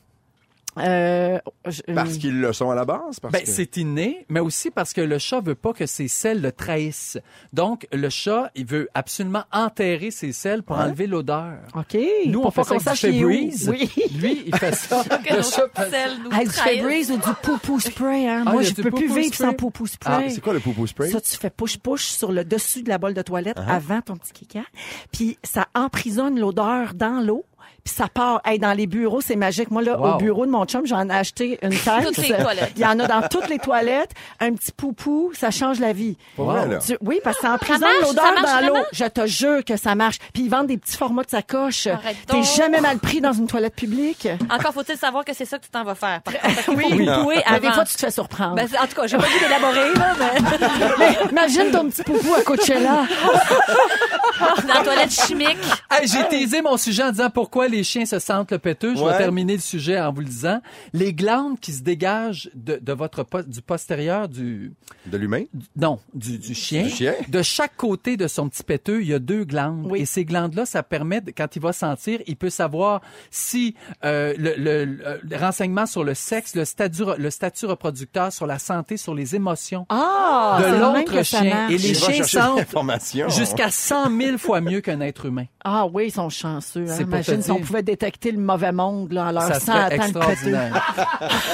[SPEAKER 3] Euh, je-
[SPEAKER 4] Parce qu'ils le sont à la base. Parce
[SPEAKER 5] Hmm. Ben,
[SPEAKER 4] que-
[SPEAKER 5] c'est inné, mais aussi parce que le chat veut pas que ses selles le trahissent. Donc, le chat, il veut absolument enterrer ses selles pour enlever l'odeur.
[SPEAKER 3] euh, OK.
[SPEAKER 5] Nous,
[SPEAKER 3] Hein? Pour
[SPEAKER 5] on fait
[SPEAKER 3] pas
[SPEAKER 5] ça
[SPEAKER 3] qu'on
[SPEAKER 5] avec
[SPEAKER 3] sache
[SPEAKER 5] du
[SPEAKER 3] les où.
[SPEAKER 5] Febreze.
[SPEAKER 3] Oui.
[SPEAKER 5] Lui, il fait ça.
[SPEAKER 2] Que
[SPEAKER 5] le
[SPEAKER 2] nos
[SPEAKER 5] chat...
[SPEAKER 2] selles nous
[SPEAKER 3] Hey, du
[SPEAKER 2] trahissent.
[SPEAKER 3] Febreze ou du poupou spray, hein.
[SPEAKER 5] Ah,
[SPEAKER 3] Moi,
[SPEAKER 5] il y a
[SPEAKER 3] je
[SPEAKER 5] du
[SPEAKER 3] peux plus
[SPEAKER 5] poupou
[SPEAKER 3] vivre
[SPEAKER 5] spray.
[SPEAKER 3] sans poupou
[SPEAKER 4] Ah,
[SPEAKER 3] spray.
[SPEAKER 4] c'est quoi le poupou spray? Uh-huh.
[SPEAKER 3] Ça, tu fais push-push sur le dessus de la bolle de toilette avant ton petit caca. Puis ça emprisonne l'odeur dans l'eau. Puis ça part. Hey, dans les bureaux, c'est magique. Moi, là,
[SPEAKER 5] Wow.
[SPEAKER 3] au bureau de mon chum, j'en ai acheté une tête.
[SPEAKER 2] Toutes les toilettes.
[SPEAKER 3] Il y en a dans toutes les toilettes. Un petit poupou, ça change la vie.
[SPEAKER 4] Pour vrai, là.
[SPEAKER 3] Tu- oui, parce que ça emprisonne
[SPEAKER 2] marche, ça
[SPEAKER 3] l'odeur
[SPEAKER 2] marche
[SPEAKER 3] dans l'eau.
[SPEAKER 2] vraiment?
[SPEAKER 3] Je te jure que ça marche. Puis ils vendent des petits formats de sacoche.
[SPEAKER 2] Arrête
[SPEAKER 3] T'es
[SPEAKER 2] donc.
[SPEAKER 3] jamais mal pris dans une toilette publique.
[SPEAKER 2] Encore faut-il savoir que c'est ça que tu t'en vas faire. Par contre,
[SPEAKER 3] Oui,
[SPEAKER 2] Faut poupouer
[SPEAKER 3] Mais des
[SPEAKER 2] avant.
[SPEAKER 3] fois, tu te fais surprendre.
[SPEAKER 2] Ben, c'est- en tout cas, j'ai pas dû l'élaborer, là, mais
[SPEAKER 3] Mais imagine ton petit poupou à Coachella.
[SPEAKER 2] dans la toilette chimique.
[SPEAKER 5] Hey, J'ai teasé mon sujet en disant pourquoi les chiens se sentent le péteux. Je
[SPEAKER 4] Ouais.
[SPEAKER 5] vais terminer le sujet en vous le disant. Les glandes qui se dégagent de, de votre po- du postérieur du,
[SPEAKER 4] De l'humain?
[SPEAKER 5] non, du, du chien.
[SPEAKER 4] Du chien.
[SPEAKER 5] De chaque côté de son petit péteux, il y a deux glandes.
[SPEAKER 3] Oui.
[SPEAKER 5] Et ces glandes-là, ça permet, de- quand il va sentir, il peut savoir si euh, le, le- le- le renseignement sur le sexe, le statut, le statut reproducteur, sur la santé, sur les émotions
[SPEAKER 3] Ah!
[SPEAKER 5] de
[SPEAKER 3] c'est même
[SPEAKER 5] l'autre
[SPEAKER 3] que ça
[SPEAKER 5] chien.
[SPEAKER 3] marche.
[SPEAKER 5] Et les
[SPEAKER 4] Il va
[SPEAKER 5] chiens
[SPEAKER 4] chercher de
[SPEAKER 5] sentent
[SPEAKER 4] l'information.
[SPEAKER 5] jusqu'à 100 000 fois mieux qu'un être humain.
[SPEAKER 3] Ah oui, ils sont chanceux. Hein?
[SPEAKER 5] C'est pour te
[SPEAKER 3] Imagine, ils sont
[SPEAKER 5] dire.
[SPEAKER 3] pouvaient détecter le mauvais monde là, en leur
[SPEAKER 5] Ça
[SPEAKER 3] sang à
[SPEAKER 5] serait
[SPEAKER 3] temps Ah, le péteux.
[SPEAKER 5] extraordinaire.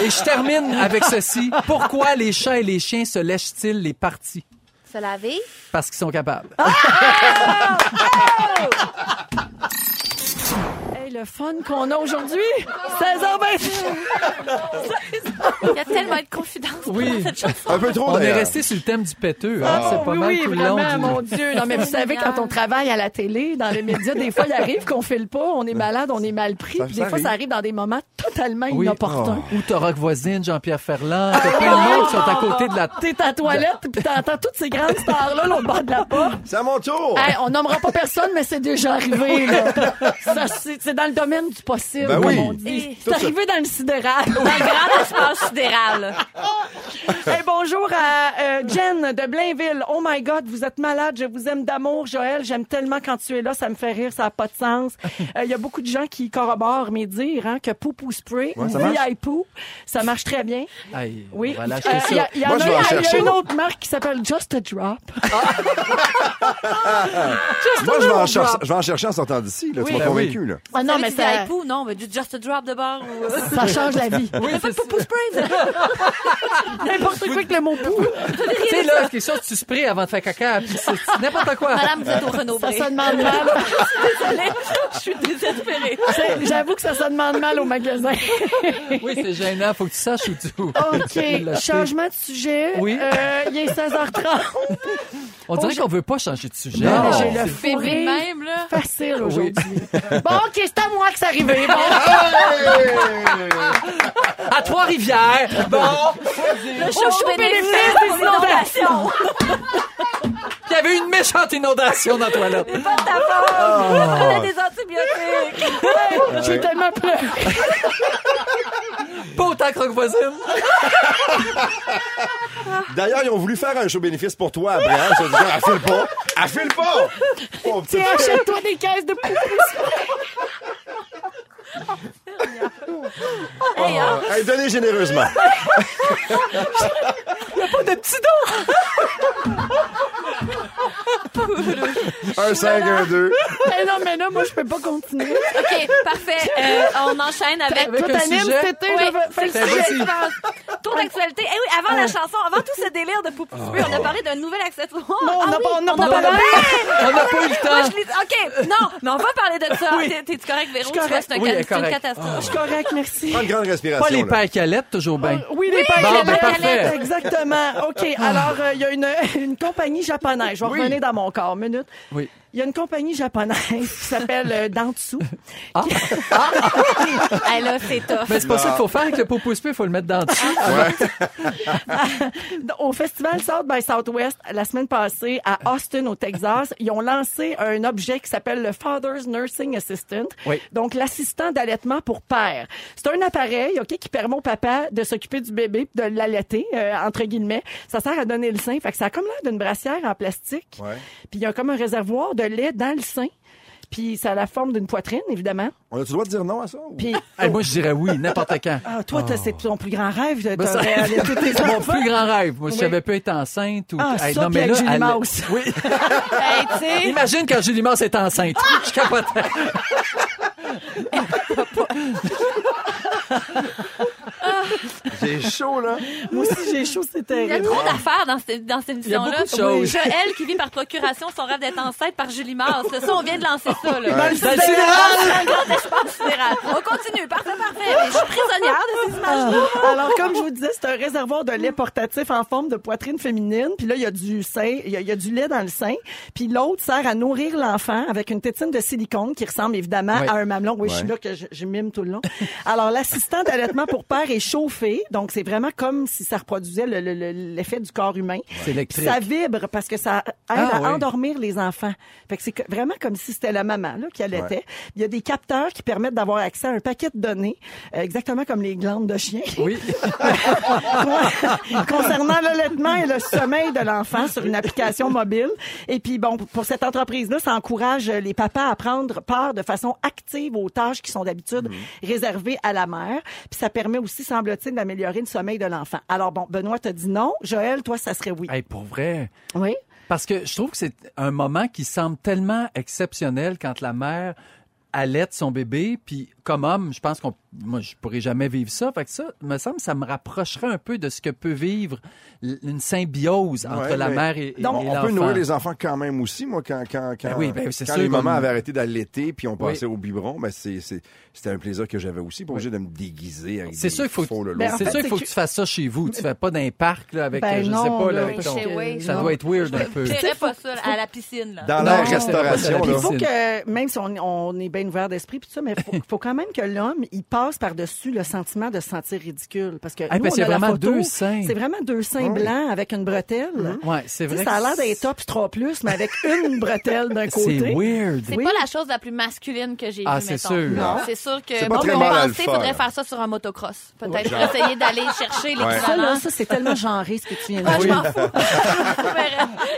[SPEAKER 5] et je termine avec ceci. Pourquoi les chats et les chiens se lèchent-ils les parties?
[SPEAKER 2] Se laver. Ah,
[SPEAKER 5] Parce qu'ils sont capables.
[SPEAKER 3] Hey, le fun qu'on a aujourd'hui! 16h20!
[SPEAKER 2] Il y a tellement de confidence
[SPEAKER 5] Oui.
[SPEAKER 2] dans cette chanson.
[SPEAKER 4] Un peu trop,
[SPEAKER 5] On est
[SPEAKER 4] d'ailleurs.
[SPEAKER 5] resté sur le thème du péteux. hein. C'est pas
[SPEAKER 3] Ah, oui,
[SPEAKER 5] mal
[SPEAKER 3] oui,
[SPEAKER 5] tout le long.
[SPEAKER 3] vraiment,
[SPEAKER 5] du-
[SPEAKER 3] mon Dieu. Non, mais vous savez, quand on travaille à la télé, dans les médias, des fois, il arrive qu'on file pas, on est malade, on est mal pris.
[SPEAKER 4] Ça-
[SPEAKER 3] puis
[SPEAKER 4] ça
[SPEAKER 3] des fois, ça
[SPEAKER 4] arrive.
[SPEAKER 3] arrive dans des moments totalement
[SPEAKER 5] Oui. Oh. Ah.
[SPEAKER 3] inopportuns.
[SPEAKER 5] Ou Toroc voisine, Jean-Pierre Ferland.
[SPEAKER 3] Ah.
[SPEAKER 5] T'as plein de monde qui sont à côté de la
[SPEAKER 3] T'es à la toilette, puis t'entends toutes ces grandes stars-là, l'autre bord de la porte.
[SPEAKER 4] C'est à mon tour!
[SPEAKER 5] Ah,
[SPEAKER 3] Hey, on nommera pas personne, mais c'est déjà arrivé. là. Ça, c'est c'est dans le domaine du possible,
[SPEAKER 4] Ben
[SPEAKER 3] comme
[SPEAKER 4] oui.
[SPEAKER 3] on dit.
[SPEAKER 2] Et-
[SPEAKER 3] C'est arrivé dans le sidéral.
[SPEAKER 2] Un grand espace sidéral.
[SPEAKER 3] Hey, bonjour à euh, Jen de Blainville. Oh my God, vous êtes malade. Je vous aime d'amour, Joël. J'aime tellement quand tu es là. Ça me fait rire. Ça n'a pas de sens. Euh, Il y a beaucoup de gens qui corroborent mes dires hein, que Poupou Spray,
[SPEAKER 4] Ouais, ça
[SPEAKER 3] VI Pou, ça marche très bien.
[SPEAKER 5] Aïe,
[SPEAKER 3] Oui.
[SPEAKER 5] on va lâcher
[SPEAKER 3] Euh,
[SPEAKER 5] ça.
[SPEAKER 3] Il y a- il y en
[SPEAKER 4] Moi, je
[SPEAKER 3] a-
[SPEAKER 4] vais en
[SPEAKER 3] il y a
[SPEAKER 4] chercher.
[SPEAKER 3] une autre marque qui s'appelle Just a Drop.
[SPEAKER 4] Moi, je vais, en chercher, je vais en chercher en sortant d'ici. là. tu
[SPEAKER 5] Oui,
[SPEAKER 4] m'as
[SPEAKER 5] ben oui.
[SPEAKER 4] convaincu. Là.
[SPEAKER 3] Ah non, mais ça,
[SPEAKER 2] Pou, non, mais du Just a Drop de bord. Ou... euh,
[SPEAKER 3] ça change la vie.
[SPEAKER 5] Oui, c'est ça.
[SPEAKER 2] Pouce Spray, vous avez
[SPEAKER 3] N'importe quoi avec le mot pou.
[SPEAKER 5] Tu sais, là, quelque chose, tu sprays avant de faire caca, puis c'est c'est n'importe quoi.
[SPEAKER 2] Madame, vous êtes au Renaud
[SPEAKER 3] Ça,
[SPEAKER 2] Bré.
[SPEAKER 3] ça demande mal.
[SPEAKER 2] Désolée, je suis désespérée.
[SPEAKER 3] C'est- J'avoue que ça, ça demande mal au magasin.
[SPEAKER 5] Oui, c'est gênant, faut que tu saches où tu où tu l'as
[SPEAKER 3] OK,
[SPEAKER 5] fait.
[SPEAKER 3] changement de sujet.
[SPEAKER 5] Oui.
[SPEAKER 3] Euh, il est 16h30.
[SPEAKER 5] On dirait
[SPEAKER 3] Oh,
[SPEAKER 5] qu'on veut pas changer de sujet.
[SPEAKER 4] Non, mais
[SPEAKER 3] J'ai le fou
[SPEAKER 2] Février
[SPEAKER 3] rire
[SPEAKER 2] même, là.
[SPEAKER 3] facile aujourd'hui. Bon, OK, c'est à moi que c'est arrivé. Bon,
[SPEAKER 5] À Trois-Rivières, bon, Oh,
[SPEAKER 2] Le
[SPEAKER 3] au
[SPEAKER 2] show bénéfice
[SPEAKER 3] bénéfice des
[SPEAKER 2] pour l'inondation.
[SPEAKER 5] il y avait une méchante inondation dans la toilette.
[SPEAKER 2] Pas de ta faute. On a des antibiotiques.
[SPEAKER 3] j'ai tellement pleuré.
[SPEAKER 5] Pas autant que voisine.
[SPEAKER 4] D'ailleurs, ils ont voulu faire un show bénéfice pour toi après. Hein? Ils se sont dit, elle file pas! Elle file pas! Oh, petit-
[SPEAKER 3] Tiens, achète-toi des caisses de poupées. Oh.
[SPEAKER 2] Hey, hein,
[SPEAKER 4] Hey, donnez généreusement. Il n'y a pas de petit don! un 5, un 2.
[SPEAKER 3] Eh non, mais là, moi, je peux pas continuer.
[SPEAKER 2] OK, parfait. Euh, on enchaîne avec...
[SPEAKER 5] Avec
[SPEAKER 3] Toi,
[SPEAKER 5] un
[SPEAKER 3] t'animes
[SPEAKER 5] sujet.
[SPEAKER 3] cet été,
[SPEAKER 2] Oui,
[SPEAKER 3] là, fais le
[SPEAKER 2] c'est le
[SPEAKER 5] sujet.
[SPEAKER 2] sujet qui commence. Tour d'actualité. Eh oui, avant la chanson, avant tout ce délire de Poupou Spray, on a parlé d'un nouvel accessoire.
[SPEAKER 3] Oh. Non, on
[SPEAKER 2] ah
[SPEAKER 3] n'a
[SPEAKER 2] oui,
[SPEAKER 3] pas- on n'a pas
[SPEAKER 2] en a
[SPEAKER 3] parlé.
[SPEAKER 5] On n'a pas eu le
[SPEAKER 2] Moi,
[SPEAKER 5] temps.
[SPEAKER 2] je l'ai- OK, non, mais on va parler de ça. T'es- T'es-tu correct, Véro?
[SPEAKER 3] Je suis
[SPEAKER 2] Tu vois,
[SPEAKER 3] correct.
[SPEAKER 2] c'est un
[SPEAKER 5] Oui,
[SPEAKER 2] can-
[SPEAKER 5] elle
[SPEAKER 2] c'est
[SPEAKER 5] est
[SPEAKER 2] une
[SPEAKER 5] correct.
[SPEAKER 3] Je
[SPEAKER 2] catastrophe.
[SPEAKER 3] suis correct, merci.
[SPEAKER 4] Prends une grande respiration.
[SPEAKER 5] Pas les
[SPEAKER 4] là.
[SPEAKER 5] palettes, toujours bien.
[SPEAKER 3] Euh, Oui, les paillettes.
[SPEAKER 5] Bon, ben,
[SPEAKER 3] les
[SPEAKER 5] parfait.
[SPEAKER 3] Exactement. OK, alors, euh, il y a une, une compagnie japonaise. Je vais revenir dans mon corps, minute.
[SPEAKER 5] Oui.
[SPEAKER 3] Il y a une compagnie japonaise qui s'appelle euh, Dentsu.
[SPEAKER 2] Ah là, c'est tough.
[SPEAKER 5] Mais c'est pas ça qu'il faut faire avec le pot pouce il faut le mettre dans le
[SPEAKER 3] Ah.
[SPEAKER 5] dessus.
[SPEAKER 3] Au festival South by Southwest, la semaine passée, à Austin, au Texas, ils ont lancé un objet qui s'appelle le Father's Nursing Assistant.
[SPEAKER 5] Oui.
[SPEAKER 3] Donc, l'assistant d'allaitement pour père. C'est un appareil, OK, qui permet au papa de s'occuper du bébé, de l'allaiter, euh, entre guillemets. Ça sert à donner le sein. Fait que ça a comme l'air d'une brassière en plastique.
[SPEAKER 4] Ouais.
[SPEAKER 3] Puis il y a comme un réservoir de lait dans le sein. Puis ça a la forme d'une poitrine, évidemment.
[SPEAKER 4] On a-tu le droit de dire non à ça? ou-
[SPEAKER 3] Puis
[SPEAKER 5] Eh, moi, je dirais oui, n'importe quand.
[SPEAKER 3] ah, toi, t'as- c'est ton plus grand rêve de
[SPEAKER 5] Ben,
[SPEAKER 3] te
[SPEAKER 5] ça-
[SPEAKER 3] réaliser tous tes
[SPEAKER 5] C'est mon
[SPEAKER 3] enfants.
[SPEAKER 5] plus grand rêve. Moi, je
[SPEAKER 3] Oui.
[SPEAKER 5] savais pas être enceinte ou.
[SPEAKER 3] Ah,
[SPEAKER 5] Eh,
[SPEAKER 3] ça, puis avec Julie
[SPEAKER 5] elle-
[SPEAKER 3] Mauss.
[SPEAKER 5] Oui.
[SPEAKER 2] Hey, tu sais,
[SPEAKER 5] Imagine quand Julie Mars est enceinte. Je capotais.
[SPEAKER 4] J'ai chaud, là.
[SPEAKER 3] Moi aussi, j'ai chaud, c'est
[SPEAKER 2] Il y a
[SPEAKER 3] terrible.
[SPEAKER 2] trop d'affaires dans cette, dans cette
[SPEAKER 5] Il y a
[SPEAKER 2] émission-là.
[SPEAKER 5] beaucoup de choses.
[SPEAKER 2] Joël qui vit par procuration son rêve d'être enceinte par Julie Mars. C'est ça, on vient de lancer ça. Là.
[SPEAKER 5] Dans le sidéral!
[SPEAKER 2] Un grand espace sidéral. On continue. Parfait, parfait. Mais Je suis prisonnière de ces images.
[SPEAKER 3] Ah. Alors, comme je vous disais, c'est un réservoir de lait portatif en forme de poitrine féminine. Puis là, il y a du sein, il y a, il y a du lait dans le sein. Puis l'autre sert à nourrir l'enfant avec une tétine de silicone qui ressemble évidemment
[SPEAKER 5] Oui.
[SPEAKER 3] à un mamelon. Oui, je suis
[SPEAKER 4] Ouais.
[SPEAKER 3] là que je, je mime tout le long. Alors, l'assistant d'allaitement pour père est chauffé. Donc, c'est vraiment comme si ça reproduisait le- le- le- l'effet du corps humain.
[SPEAKER 5] C'est électrique.
[SPEAKER 3] Ça vibre parce que ça aide
[SPEAKER 5] Ah,
[SPEAKER 3] à
[SPEAKER 5] oui.
[SPEAKER 3] endormir les enfants. Fait que c'est que- vraiment comme si c'était la maman là, qui allaitait. Il y a des capteurs qui permettent d'avoir accès à un paquet de données, euh, exactement comme les glandes de chien.
[SPEAKER 5] Oui.
[SPEAKER 3] concernant l'allaitement et le sommeil de l'enfant sur une application mobile. Et puis, bon, pour cette entreprise-là, ça encourage euh, les papas à prendre part de façon active aux tâches qui sont d'habitude réservées à la mère. Puis ça permet aussi, semble-t-il, d'améliorer le sommeil de l'enfant. Alors, bon, Benoît t'a dit non. Joël, toi, ça serait oui.
[SPEAKER 5] Eh, pour vrai.
[SPEAKER 3] Oui.
[SPEAKER 5] Parce que je trouve que c'est un moment qui semble tellement exceptionnel quand la mère allait son bébé, puis comme homme, je pense qu'on, moi, je pourrais jamais vivre ça. Fait que ça, me semble, ça me rapprocherait un peu de ce que peut vivre l- une symbiose entre
[SPEAKER 4] Ouais,
[SPEAKER 5] la
[SPEAKER 4] mais-
[SPEAKER 5] mère et, et
[SPEAKER 4] on, on peut
[SPEAKER 5] l'enfant.
[SPEAKER 4] nourrir les enfants quand même aussi. Moi, quand, quand, quand,
[SPEAKER 5] Ben oui, ben c'est
[SPEAKER 4] quand
[SPEAKER 5] sûr,
[SPEAKER 4] les mamans
[SPEAKER 5] comme-
[SPEAKER 4] avaient arrêté d'allaiter puis on passait au biberon, ben c'est- c'est- c'était un plaisir que j'avais aussi. Pas obligé de me déguiser avec
[SPEAKER 5] C'est
[SPEAKER 4] des
[SPEAKER 5] sûr qu'il faut,
[SPEAKER 4] faux lolos.
[SPEAKER 3] Ben, en
[SPEAKER 5] c'est
[SPEAKER 3] fait,
[SPEAKER 5] sûr qu'il
[SPEAKER 3] c'est
[SPEAKER 5] faut
[SPEAKER 3] que-
[SPEAKER 5] que tu fasses ça chez vous. Tu fais pas d'un parc là, avec,
[SPEAKER 3] Ben
[SPEAKER 5] euh, je
[SPEAKER 3] non,
[SPEAKER 5] sais pas, là,
[SPEAKER 3] là,
[SPEAKER 5] avec
[SPEAKER 3] parce
[SPEAKER 5] ton-
[SPEAKER 3] que-
[SPEAKER 5] ça
[SPEAKER 3] non.
[SPEAKER 5] doit être weird un peu.
[SPEAKER 2] Je ferais pas ça à la piscine. Là.
[SPEAKER 4] Dans
[SPEAKER 3] Non,
[SPEAKER 4] la
[SPEAKER 5] c'est
[SPEAKER 4] restauration,
[SPEAKER 5] pas
[SPEAKER 3] Puis
[SPEAKER 4] là.
[SPEAKER 3] il faut
[SPEAKER 5] Piscine.
[SPEAKER 3] que, même si on, on est bien ouvert d'esprit, puis tout ça, mais faut, faut quand même que l'homme, il passe par-dessus le sentiment de se sentir ridicule. Parce que
[SPEAKER 5] Ah,
[SPEAKER 3] nous,
[SPEAKER 5] parce
[SPEAKER 3] on
[SPEAKER 5] qu'il y
[SPEAKER 3] a
[SPEAKER 5] a
[SPEAKER 3] la
[SPEAKER 5] vraiment
[SPEAKER 3] photo,
[SPEAKER 5] deux seins.
[SPEAKER 3] C'est vraiment deux seins blancs avec une bretelle.
[SPEAKER 5] Ouais, c'est
[SPEAKER 3] Tu sais,
[SPEAKER 5] vrai.
[SPEAKER 3] ça a
[SPEAKER 5] que
[SPEAKER 3] l'air d'être top 3 plus, mais avec une bretelle d'un côté.
[SPEAKER 5] C'est weird.
[SPEAKER 2] C'est pas la chose la plus masculine que j'ai
[SPEAKER 5] Ah,
[SPEAKER 2] vue,
[SPEAKER 5] c'est
[SPEAKER 2] mettons.
[SPEAKER 5] sûr. Non.
[SPEAKER 2] C'est sûr que
[SPEAKER 4] C'est pas
[SPEAKER 2] bon,
[SPEAKER 4] très
[SPEAKER 2] pour
[SPEAKER 4] mal à le
[SPEAKER 2] penser,
[SPEAKER 4] faire.
[SPEAKER 2] faudrait faire ça sur un motocross. Peut-être pour essayer d'aller chercher
[SPEAKER 3] Ça, là,
[SPEAKER 2] l'équivalent.
[SPEAKER 3] ça, c'est tellement genré ce que tu viens de
[SPEAKER 2] Ah,
[SPEAKER 3] dire.
[SPEAKER 2] je m'en fous. Mais-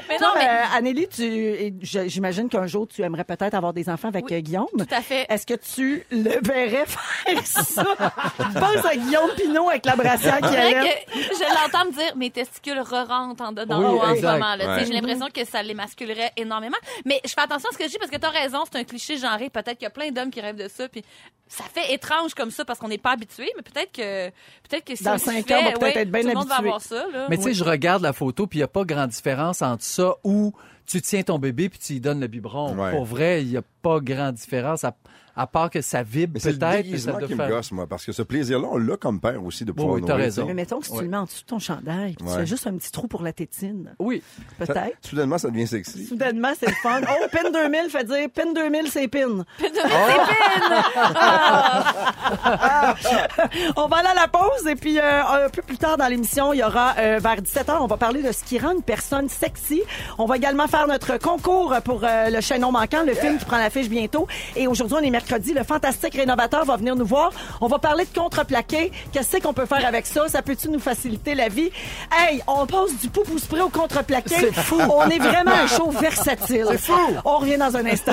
[SPEAKER 2] mais non,
[SPEAKER 3] Toi,
[SPEAKER 2] mais
[SPEAKER 3] euh, Anneli, tu, et je- j'imagine qu'un jour, tu aimerais peut-être avoir des enfants avec
[SPEAKER 2] Oui,
[SPEAKER 3] euh, Guillaume.
[SPEAKER 2] tout à fait.
[SPEAKER 3] Est-ce que tu le verrais faire ça? Je pense à Guillaume Pinot avec la brassière qui
[SPEAKER 2] C'est vrai
[SPEAKER 3] allait.
[SPEAKER 2] que je l'entends me dire mes testicules re-rentrent en dedans
[SPEAKER 5] Oui,
[SPEAKER 2] moi, en ce
[SPEAKER 5] exact.
[SPEAKER 2] moment. là. Tu sais,
[SPEAKER 4] Ouais.
[SPEAKER 2] J'ai l'impression que ça les masculerait énormément. Mais je fais attention à ce que je dis parce que tu as raison, c'est un cliché genré. Peut-être qu'il y a plein d'hommes qui rêvent de ça. Puis ça fait étrange comme ça parce qu'on n'est pas habitué, mais peut-être que, peut-être que si
[SPEAKER 3] Dans
[SPEAKER 2] on le
[SPEAKER 3] cinq
[SPEAKER 2] fait,
[SPEAKER 3] ans, on va peut-être
[SPEAKER 2] ouais,
[SPEAKER 3] être bien
[SPEAKER 2] tout le monde va
[SPEAKER 3] habitué.
[SPEAKER 2] avoir ça. Là.
[SPEAKER 5] Mais tu sais, je regarde la photo, puis il n'y a pas grande différence entre ça ou tu tiens ton bébé puis tu lui donnes le biberon.
[SPEAKER 4] Ouais.
[SPEAKER 5] Pour vrai, il n'y a pas grande différence, à, à part que ça vibre
[SPEAKER 4] Mais c'est le
[SPEAKER 5] peut-être. puis
[SPEAKER 4] déguisement
[SPEAKER 5] ça doit
[SPEAKER 4] qui me
[SPEAKER 5] faire-
[SPEAKER 4] gosse, moi, parce que ce plaisir-là, on l'a comme père aussi de pouvoir
[SPEAKER 5] oui, t'as
[SPEAKER 4] nourrir,
[SPEAKER 5] raison.
[SPEAKER 4] tu sais.
[SPEAKER 3] Mais mettons que si tu
[SPEAKER 5] Ouais.
[SPEAKER 3] le mets en dessous de ton chandail, puis tu
[SPEAKER 4] Ouais.
[SPEAKER 3] fais juste un petit trou pour la tétine,
[SPEAKER 5] Oui,
[SPEAKER 4] Ça-
[SPEAKER 3] peut-être.
[SPEAKER 4] Soudainement, ça devient sexy.
[SPEAKER 3] Soudainement, c'est le fun. Oh, PIN 2000, fait dire PIN 2000, c'est PIN. On va aller à la pause et puis euh, un peu plus tard dans l'émission, il y aura euh, vers 17h, on va parler de ce qui rend une personne sexy. On va également faire notre concours pour euh, le chaînon manquant, le film qui prend l'affiche bientôt. Et aujourd'hui, on est mercredi, le fantastique rénovateur va venir nous voir. On va parler de contreplaqué. Qu'est-ce qu'on peut faire avec ça? Ça peut-tu nous faciliter la vie? Hey, on passe du poupou spray au contreplaqué. C'est fou! On est vraiment un show versatile. C'est fou! On revient dans un instant.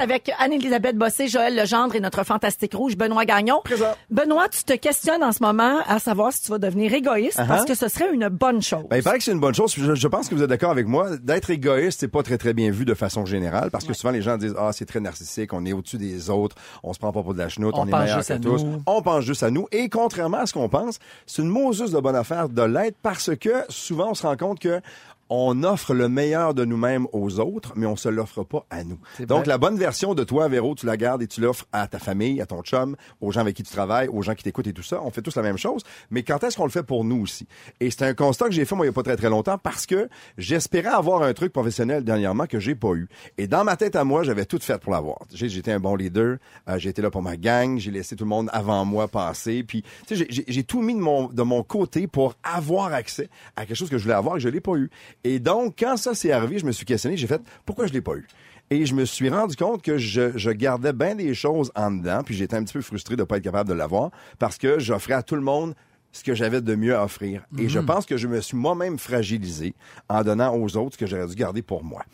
[SPEAKER 3] Avec Anne-Elisabeth Bossé, Joël Legendre et notre fantastique rouge, Benoît Gagnon. Benoît, tu te questionnes en ce moment à savoir si tu vas devenir égoïste parce que ce serait une bonne chose.
[SPEAKER 4] Uh-huh. Ben, il paraît que c'est une bonne chose. Je, je pense que vous êtes d'accord avec moi. D'être égoïste, c'est pas très très bien vu de façon générale, parce que souvent les gens disent ah c'est très narcissique, on est au-dessus des autres, on se prend pas pour de la chenoute,
[SPEAKER 5] On
[SPEAKER 4] on, est
[SPEAKER 5] pense
[SPEAKER 4] meilleur
[SPEAKER 5] juste
[SPEAKER 4] que
[SPEAKER 5] à
[SPEAKER 4] tous,
[SPEAKER 5] nous.
[SPEAKER 4] on pense juste à nous. Et contrairement à ce qu'on pense, c'est une mosus de bonne affaire de l'être parce que souvent on se rend compte que on offre le meilleur de nous-mêmes aux autres, mais on se l'offre pas à nous. Donc
[SPEAKER 5] vrai.
[SPEAKER 4] la bonne version de toi, Véro, tu la gardes et tu l'offres à ta famille, à ton chum, aux gens avec qui tu travailles, aux gens qui t'écoutent et tout ça. On fait tous la même chose, mais quand est-ce qu'on le fait pour nous aussi Et c'est un constat que j'ai fait moi il y a pas très très longtemps parce que j'espérais avoir un truc professionnel dernièrement que j'ai pas eu. Et dans ma tête à moi, j'avais tout fait pour l'avoir. J'ai- J'étais un bon leader, euh, j'ai été là pour ma gang, j'ai laissé tout le monde avant moi passer, puis tu sais, j'ai- j'ai j'ai tout mis de mon de mon côté pour avoir accès à quelque chose que je voulais avoir et je l'ai pas eu. Et donc quand ça s'est arrivé, je me suis questionné, j'ai fait pourquoi je l'ai pas eu et je me suis rendu compte que je, je gardais bien des choses en dedans, puis j'étais un petit peu frustré de ne pas être capable de l'avoir, parce que j'offrais à tout le monde ce que j'avais de mieux à offrir. Et
[SPEAKER 5] Mm.
[SPEAKER 4] je pense que je me suis moi-même fragilisé en donnant aux autres ce que j'aurais dû garder pour moi.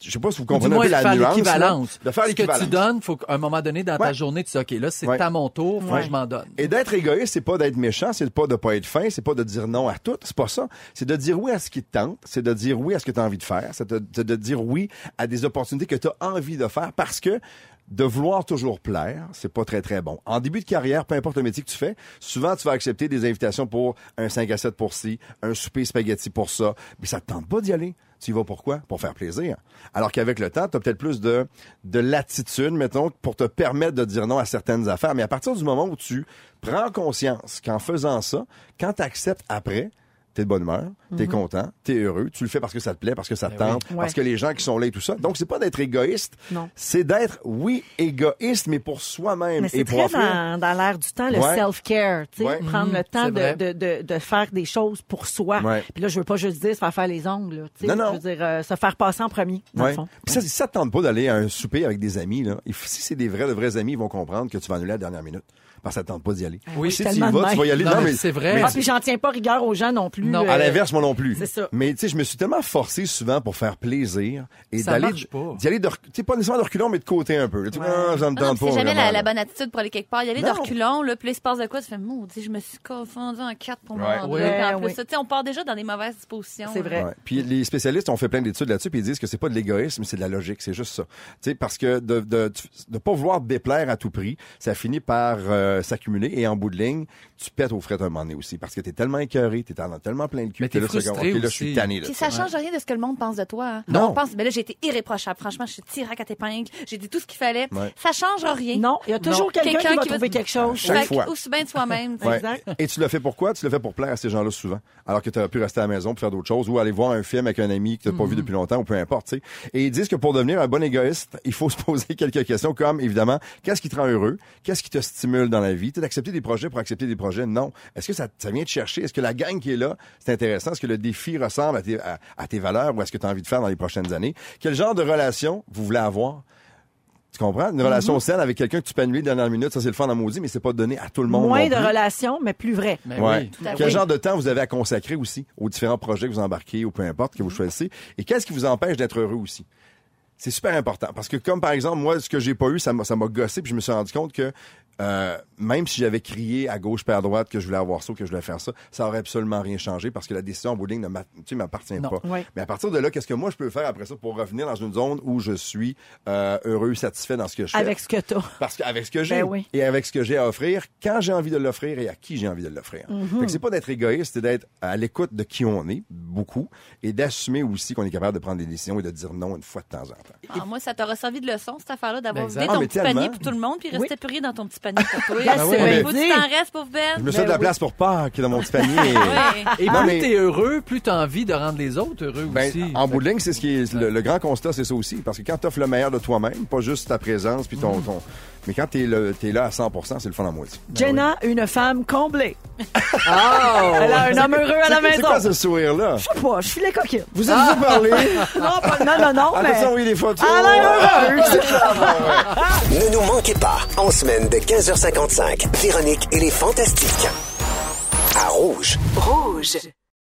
[SPEAKER 4] Je sais pas si vous
[SPEAKER 5] du
[SPEAKER 4] comprenez un
[SPEAKER 5] moins
[SPEAKER 4] peu
[SPEAKER 5] de
[SPEAKER 4] la
[SPEAKER 5] faire
[SPEAKER 4] nuance. là.
[SPEAKER 5] l'équivalence.
[SPEAKER 4] De faire
[SPEAKER 5] Ce que
[SPEAKER 4] l'équivalence.
[SPEAKER 5] tu donnes, faut qu'à un moment donné dans ta
[SPEAKER 4] Ouais.
[SPEAKER 5] journée, tu dis, OK, là, c'est
[SPEAKER 4] Ouais.
[SPEAKER 5] à mon tour, faut que je m'en donne.
[SPEAKER 4] Et d'être égoïste, c'est pas d'être méchant, c'est pas de pas être fin, c'est pas de dire non à tout, c'est pas ça. C'est de dire oui à ce qui te tente, c'est de dire oui à ce que tu as envie de faire, c'est de, de- de dire oui à des opportunités que tu as envie de faire parce que de vouloir toujours plaire, c'est pas très très bon. En début de carrière, peu importe le métier que tu fais, souvent tu vas accepter des invitations pour un 5 à 7 pour ci, un souper spaghetti pour ça, mais ça te tente pas d'y aller. Tu y vas pourquoi? Pour faire plaisir. Alors qu'avec le temps, tu as peut-être plus de, de latitude, mettons, pour te permettre de dire non à certaines affaires. Mais à partir du moment où tu prends conscience qu'en faisant ça, quand tu acceptes après, t'es de bonne humeur, t'es content, t'es heureux, tu le fais parce que ça te plaît, parce que ça te tente,
[SPEAKER 3] Mhm. Ben oui.
[SPEAKER 4] parce
[SPEAKER 3] Ouais.
[SPEAKER 4] que les gens qui sont là et tout ça. Donc, c'est pas d'être égoïste,
[SPEAKER 3] Non.
[SPEAKER 4] c'est d'être, oui, égoïste, mais pour soi-même
[SPEAKER 3] Mais
[SPEAKER 4] et
[SPEAKER 3] c'est
[SPEAKER 4] pour
[SPEAKER 3] très
[SPEAKER 4] offrir.
[SPEAKER 3] dans, dans l'air du temps, le
[SPEAKER 4] Ouais.
[SPEAKER 3] self-care, tu sais,
[SPEAKER 4] Ouais.
[SPEAKER 3] prendre le temps
[SPEAKER 5] c'est
[SPEAKER 3] de,
[SPEAKER 5] vrai.
[SPEAKER 3] de, de, de faire des choses pour soi.
[SPEAKER 4] Ouais.
[SPEAKER 3] Puis là, je veux pas juste dire se faire faire les ongles, là, tu sais,
[SPEAKER 4] Non, non.
[SPEAKER 3] je veux dire euh, se faire passer en premier, dans
[SPEAKER 4] Ouais.
[SPEAKER 3] le fond.
[SPEAKER 4] Puis ça, si ça te tente pas d'aller à un souper avec des amis, là, il faut- si c'est des vrais, de vrais amis, ils vont comprendre que tu vas annuler à la dernière minute. parce que ça te tente pas d'y aller.
[SPEAKER 5] Oui.
[SPEAKER 4] si
[SPEAKER 3] je
[SPEAKER 4] tu
[SPEAKER 3] suis
[SPEAKER 4] y vas,
[SPEAKER 3] tellement
[SPEAKER 4] tu
[SPEAKER 3] de
[SPEAKER 4] vas y aller.
[SPEAKER 5] Non,
[SPEAKER 4] Non,
[SPEAKER 5] mais
[SPEAKER 4] mais
[SPEAKER 5] c'est vrai. euh,
[SPEAKER 4] mais
[SPEAKER 3] Ah, puis j'en tiens pas rigueur aux gens non plus. euh,
[SPEAKER 5] Non.
[SPEAKER 4] à l'inverse, moi non plus.
[SPEAKER 3] c'est ça.
[SPEAKER 4] Mais tu sais, je me suis tellement forcé souvent pour faire plaisir et
[SPEAKER 5] Ça
[SPEAKER 4] d'aller
[SPEAKER 5] marche pas.
[SPEAKER 4] d'y aller de rec- tu sais pas nécessairement de reculons mais de côté un peu. là. Tu vois, ah, ça me
[SPEAKER 2] Non, non,
[SPEAKER 4] tente
[SPEAKER 2] c'est
[SPEAKER 4] pas.
[SPEAKER 2] jamais
[SPEAKER 4] vraiment,
[SPEAKER 2] la, la
[SPEAKER 4] là.
[SPEAKER 2] bonne attitude pour aller quelque part. Y aller
[SPEAKER 4] Non.
[SPEAKER 2] de reculons, là, puis là, il se passe de quoi, tu fais, maudit, je me suis confondu en quatre pour
[SPEAKER 4] Ouais.
[SPEAKER 2] moi.
[SPEAKER 3] Ouais,
[SPEAKER 2] en plus,
[SPEAKER 3] ouais.
[SPEAKER 2] ça, tu sais, on part déjà dans des mauvaises dispositions.
[SPEAKER 3] C'est
[SPEAKER 2] là.
[SPEAKER 3] vrai.
[SPEAKER 4] Ouais. Puis les spécialistes ont fait plein d'études là-dessus, puis ils disent que c'est pas de l'égoïsme, c'est de la logique, c'est juste ça. Tu sais, parce que de de de pas vouloir déplaire à tout prix, ça finit par euh, s'accumuler et en bout de ligne, tu pètes au fret un moment donné aussi, parce que t'es tellement écœuré, t'es en as tellement plein le cul
[SPEAKER 5] Mais
[SPEAKER 4] que
[SPEAKER 5] t'es
[SPEAKER 4] là, tu fais comme,
[SPEAKER 5] frustré
[SPEAKER 4] OK, là, je
[SPEAKER 5] aussi.
[SPEAKER 4] suis tanné. là,
[SPEAKER 2] Puis
[SPEAKER 4] tu sais.
[SPEAKER 2] ça change rien de ce que le monde pense de toi. hein.
[SPEAKER 4] Non.
[SPEAKER 2] On pense, mais là, j'ai été irréprochable. Franchement, je suis tirac à tes pingles. J'ai dit tout ce qu'il fallait.
[SPEAKER 4] Ouais.
[SPEAKER 2] Ça change rien.
[SPEAKER 3] Non, il y a toujours
[SPEAKER 2] Non.
[SPEAKER 3] quelqu'un qui va trouver quelque chose.
[SPEAKER 4] Chaque
[SPEAKER 2] Fait que,
[SPEAKER 4] fois.
[SPEAKER 2] Aussi bien de soi-même. tu sais.
[SPEAKER 4] Ouais.
[SPEAKER 3] Exact.
[SPEAKER 4] Et tu le fais pourquoi? Tu le fais pour plaire à ces gens-là souvent. Alors que tu aurais pu rester à la maison pour faire d'autres choses ou aller voir un film avec un ami que tu
[SPEAKER 3] Mhm.
[SPEAKER 4] pas vu depuis longtemps ou peu importe. tu sais. Et ils disent que pour devenir un bon égoïste, il faut se poser quelques questions comme, évidemment, qu'est-ce qui te rend heureux? Qu'est-ce qui te stimule dans la vie? Tu d'accepter des projets pour accepter des projets? Non. Est-ce que ça, ça vient te chercher? Est-ce que la gang qui est là, c'est intéressant? Est-ce que le défi ressemble à tes, à- à tes valeurs ou est-ce que tu as envie de faire dans les prochaines années? Quel genre de relation vous voulez avoir? Tu comprends?
[SPEAKER 3] Mhm.
[SPEAKER 4] Une relation saine avec quelqu'un que tu peux annuler dernière minute, ça c'est le fun à maudit, mais c'est pas donné à tout le monde.
[SPEAKER 3] Moins
[SPEAKER 4] non
[SPEAKER 3] de
[SPEAKER 4] plus.
[SPEAKER 3] relations, mais plus vrai.
[SPEAKER 5] Mais
[SPEAKER 4] Ouais.
[SPEAKER 5] Ben oui.
[SPEAKER 2] Tout à
[SPEAKER 4] Quel
[SPEAKER 2] fait.
[SPEAKER 4] genre de temps vous avez à consacrer aussi aux différents projets que vous embarquez ou peu importe que vous choisissez et qu'est-ce qui vous empêche d'être heureux aussi? C'est super important parce que comme par exemple moi ce que j'ai pas eu ça m'a ça m'a gossé puis je me suis rendu compte que euh, même si j'avais crié à gauche puis à droite que je voulais avoir ça ou que je voulais faire ça, ça aurait absolument rien changé parce que la décision en bout de ligne ne m'a- tu sais, m'appartient
[SPEAKER 5] Non.
[SPEAKER 4] pas.
[SPEAKER 3] Ouais.
[SPEAKER 4] Mais à partir de là, qu'est-ce que moi je peux faire après ça pour revenir dans une zone où je suis euh, heureux, satisfait dans ce que je fais
[SPEAKER 3] Avec ce que t'as.
[SPEAKER 4] parce qu'avec ce que j'ai
[SPEAKER 3] Ben oui.
[SPEAKER 4] et avec ce que j'ai à offrir, quand j'ai envie de l'offrir et à qui j'ai envie de l'offrir.
[SPEAKER 3] Mhm.
[SPEAKER 4] Fait que c'est pas d'être égoïste, c'est d'être à l'écoute de qui on est, beaucoup, et d'assumer aussi qu'on est capable de prendre des décisions et de dire non une fois de temps en temps.
[SPEAKER 2] Ah, moi, ça t'aura servi de leçon, cette affaire-là, d'avoir
[SPEAKER 5] Ben,
[SPEAKER 2] vidé
[SPEAKER 5] exact.
[SPEAKER 4] Ah,
[SPEAKER 2] ton
[SPEAKER 4] mais
[SPEAKER 2] petit
[SPEAKER 4] tellement.
[SPEAKER 2] panier pour tout le monde, puis il
[SPEAKER 3] Oui.
[SPEAKER 2] restait plus rien dans ton petit panier pour toi.
[SPEAKER 3] Ah,
[SPEAKER 5] c'est
[SPEAKER 2] Ben,
[SPEAKER 4] bien
[SPEAKER 2] faut que tu
[SPEAKER 3] dit.
[SPEAKER 2] t'en restes, pauvre Ben.
[SPEAKER 4] Je me suis fait de la place pour Pâques dans mon petit panier.
[SPEAKER 2] Ouais.
[SPEAKER 5] Et
[SPEAKER 4] Non,
[SPEAKER 5] plus
[SPEAKER 4] mais-
[SPEAKER 5] t'es heureux, plus t'as envie de rendre les autres heureux
[SPEAKER 4] Ben,
[SPEAKER 5] aussi.
[SPEAKER 4] en bout de ligne, c'est ce qui est le, le grand constat, c'est ça aussi. Parce que quand t'offres le meilleur de toi-même, pas juste ta présence, puis ton, ton- mais quand t'es le- t'es là à 100%, c'est le fun en moitié.
[SPEAKER 3] Ben Jenna, une femme comblée.
[SPEAKER 5] Ah!
[SPEAKER 3] Elle a un homme heureux à la
[SPEAKER 4] Oh! C'est
[SPEAKER 3] maison.
[SPEAKER 4] quoi ce sourire-là?
[SPEAKER 3] Je sais pas, je suis les coquines.
[SPEAKER 4] Vous avez vous parlé? Ah,
[SPEAKER 3] Non, pas- non, non, non, mais... Ah,
[SPEAKER 4] Attention, oui, Oh! les photos.
[SPEAKER 3] Elle a l'air heureuse.
[SPEAKER 1] Ne nous manquez pas, en semaine de 15h55, Véronique et les Fantastiques. À Rouge.
[SPEAKER 7] Rouge.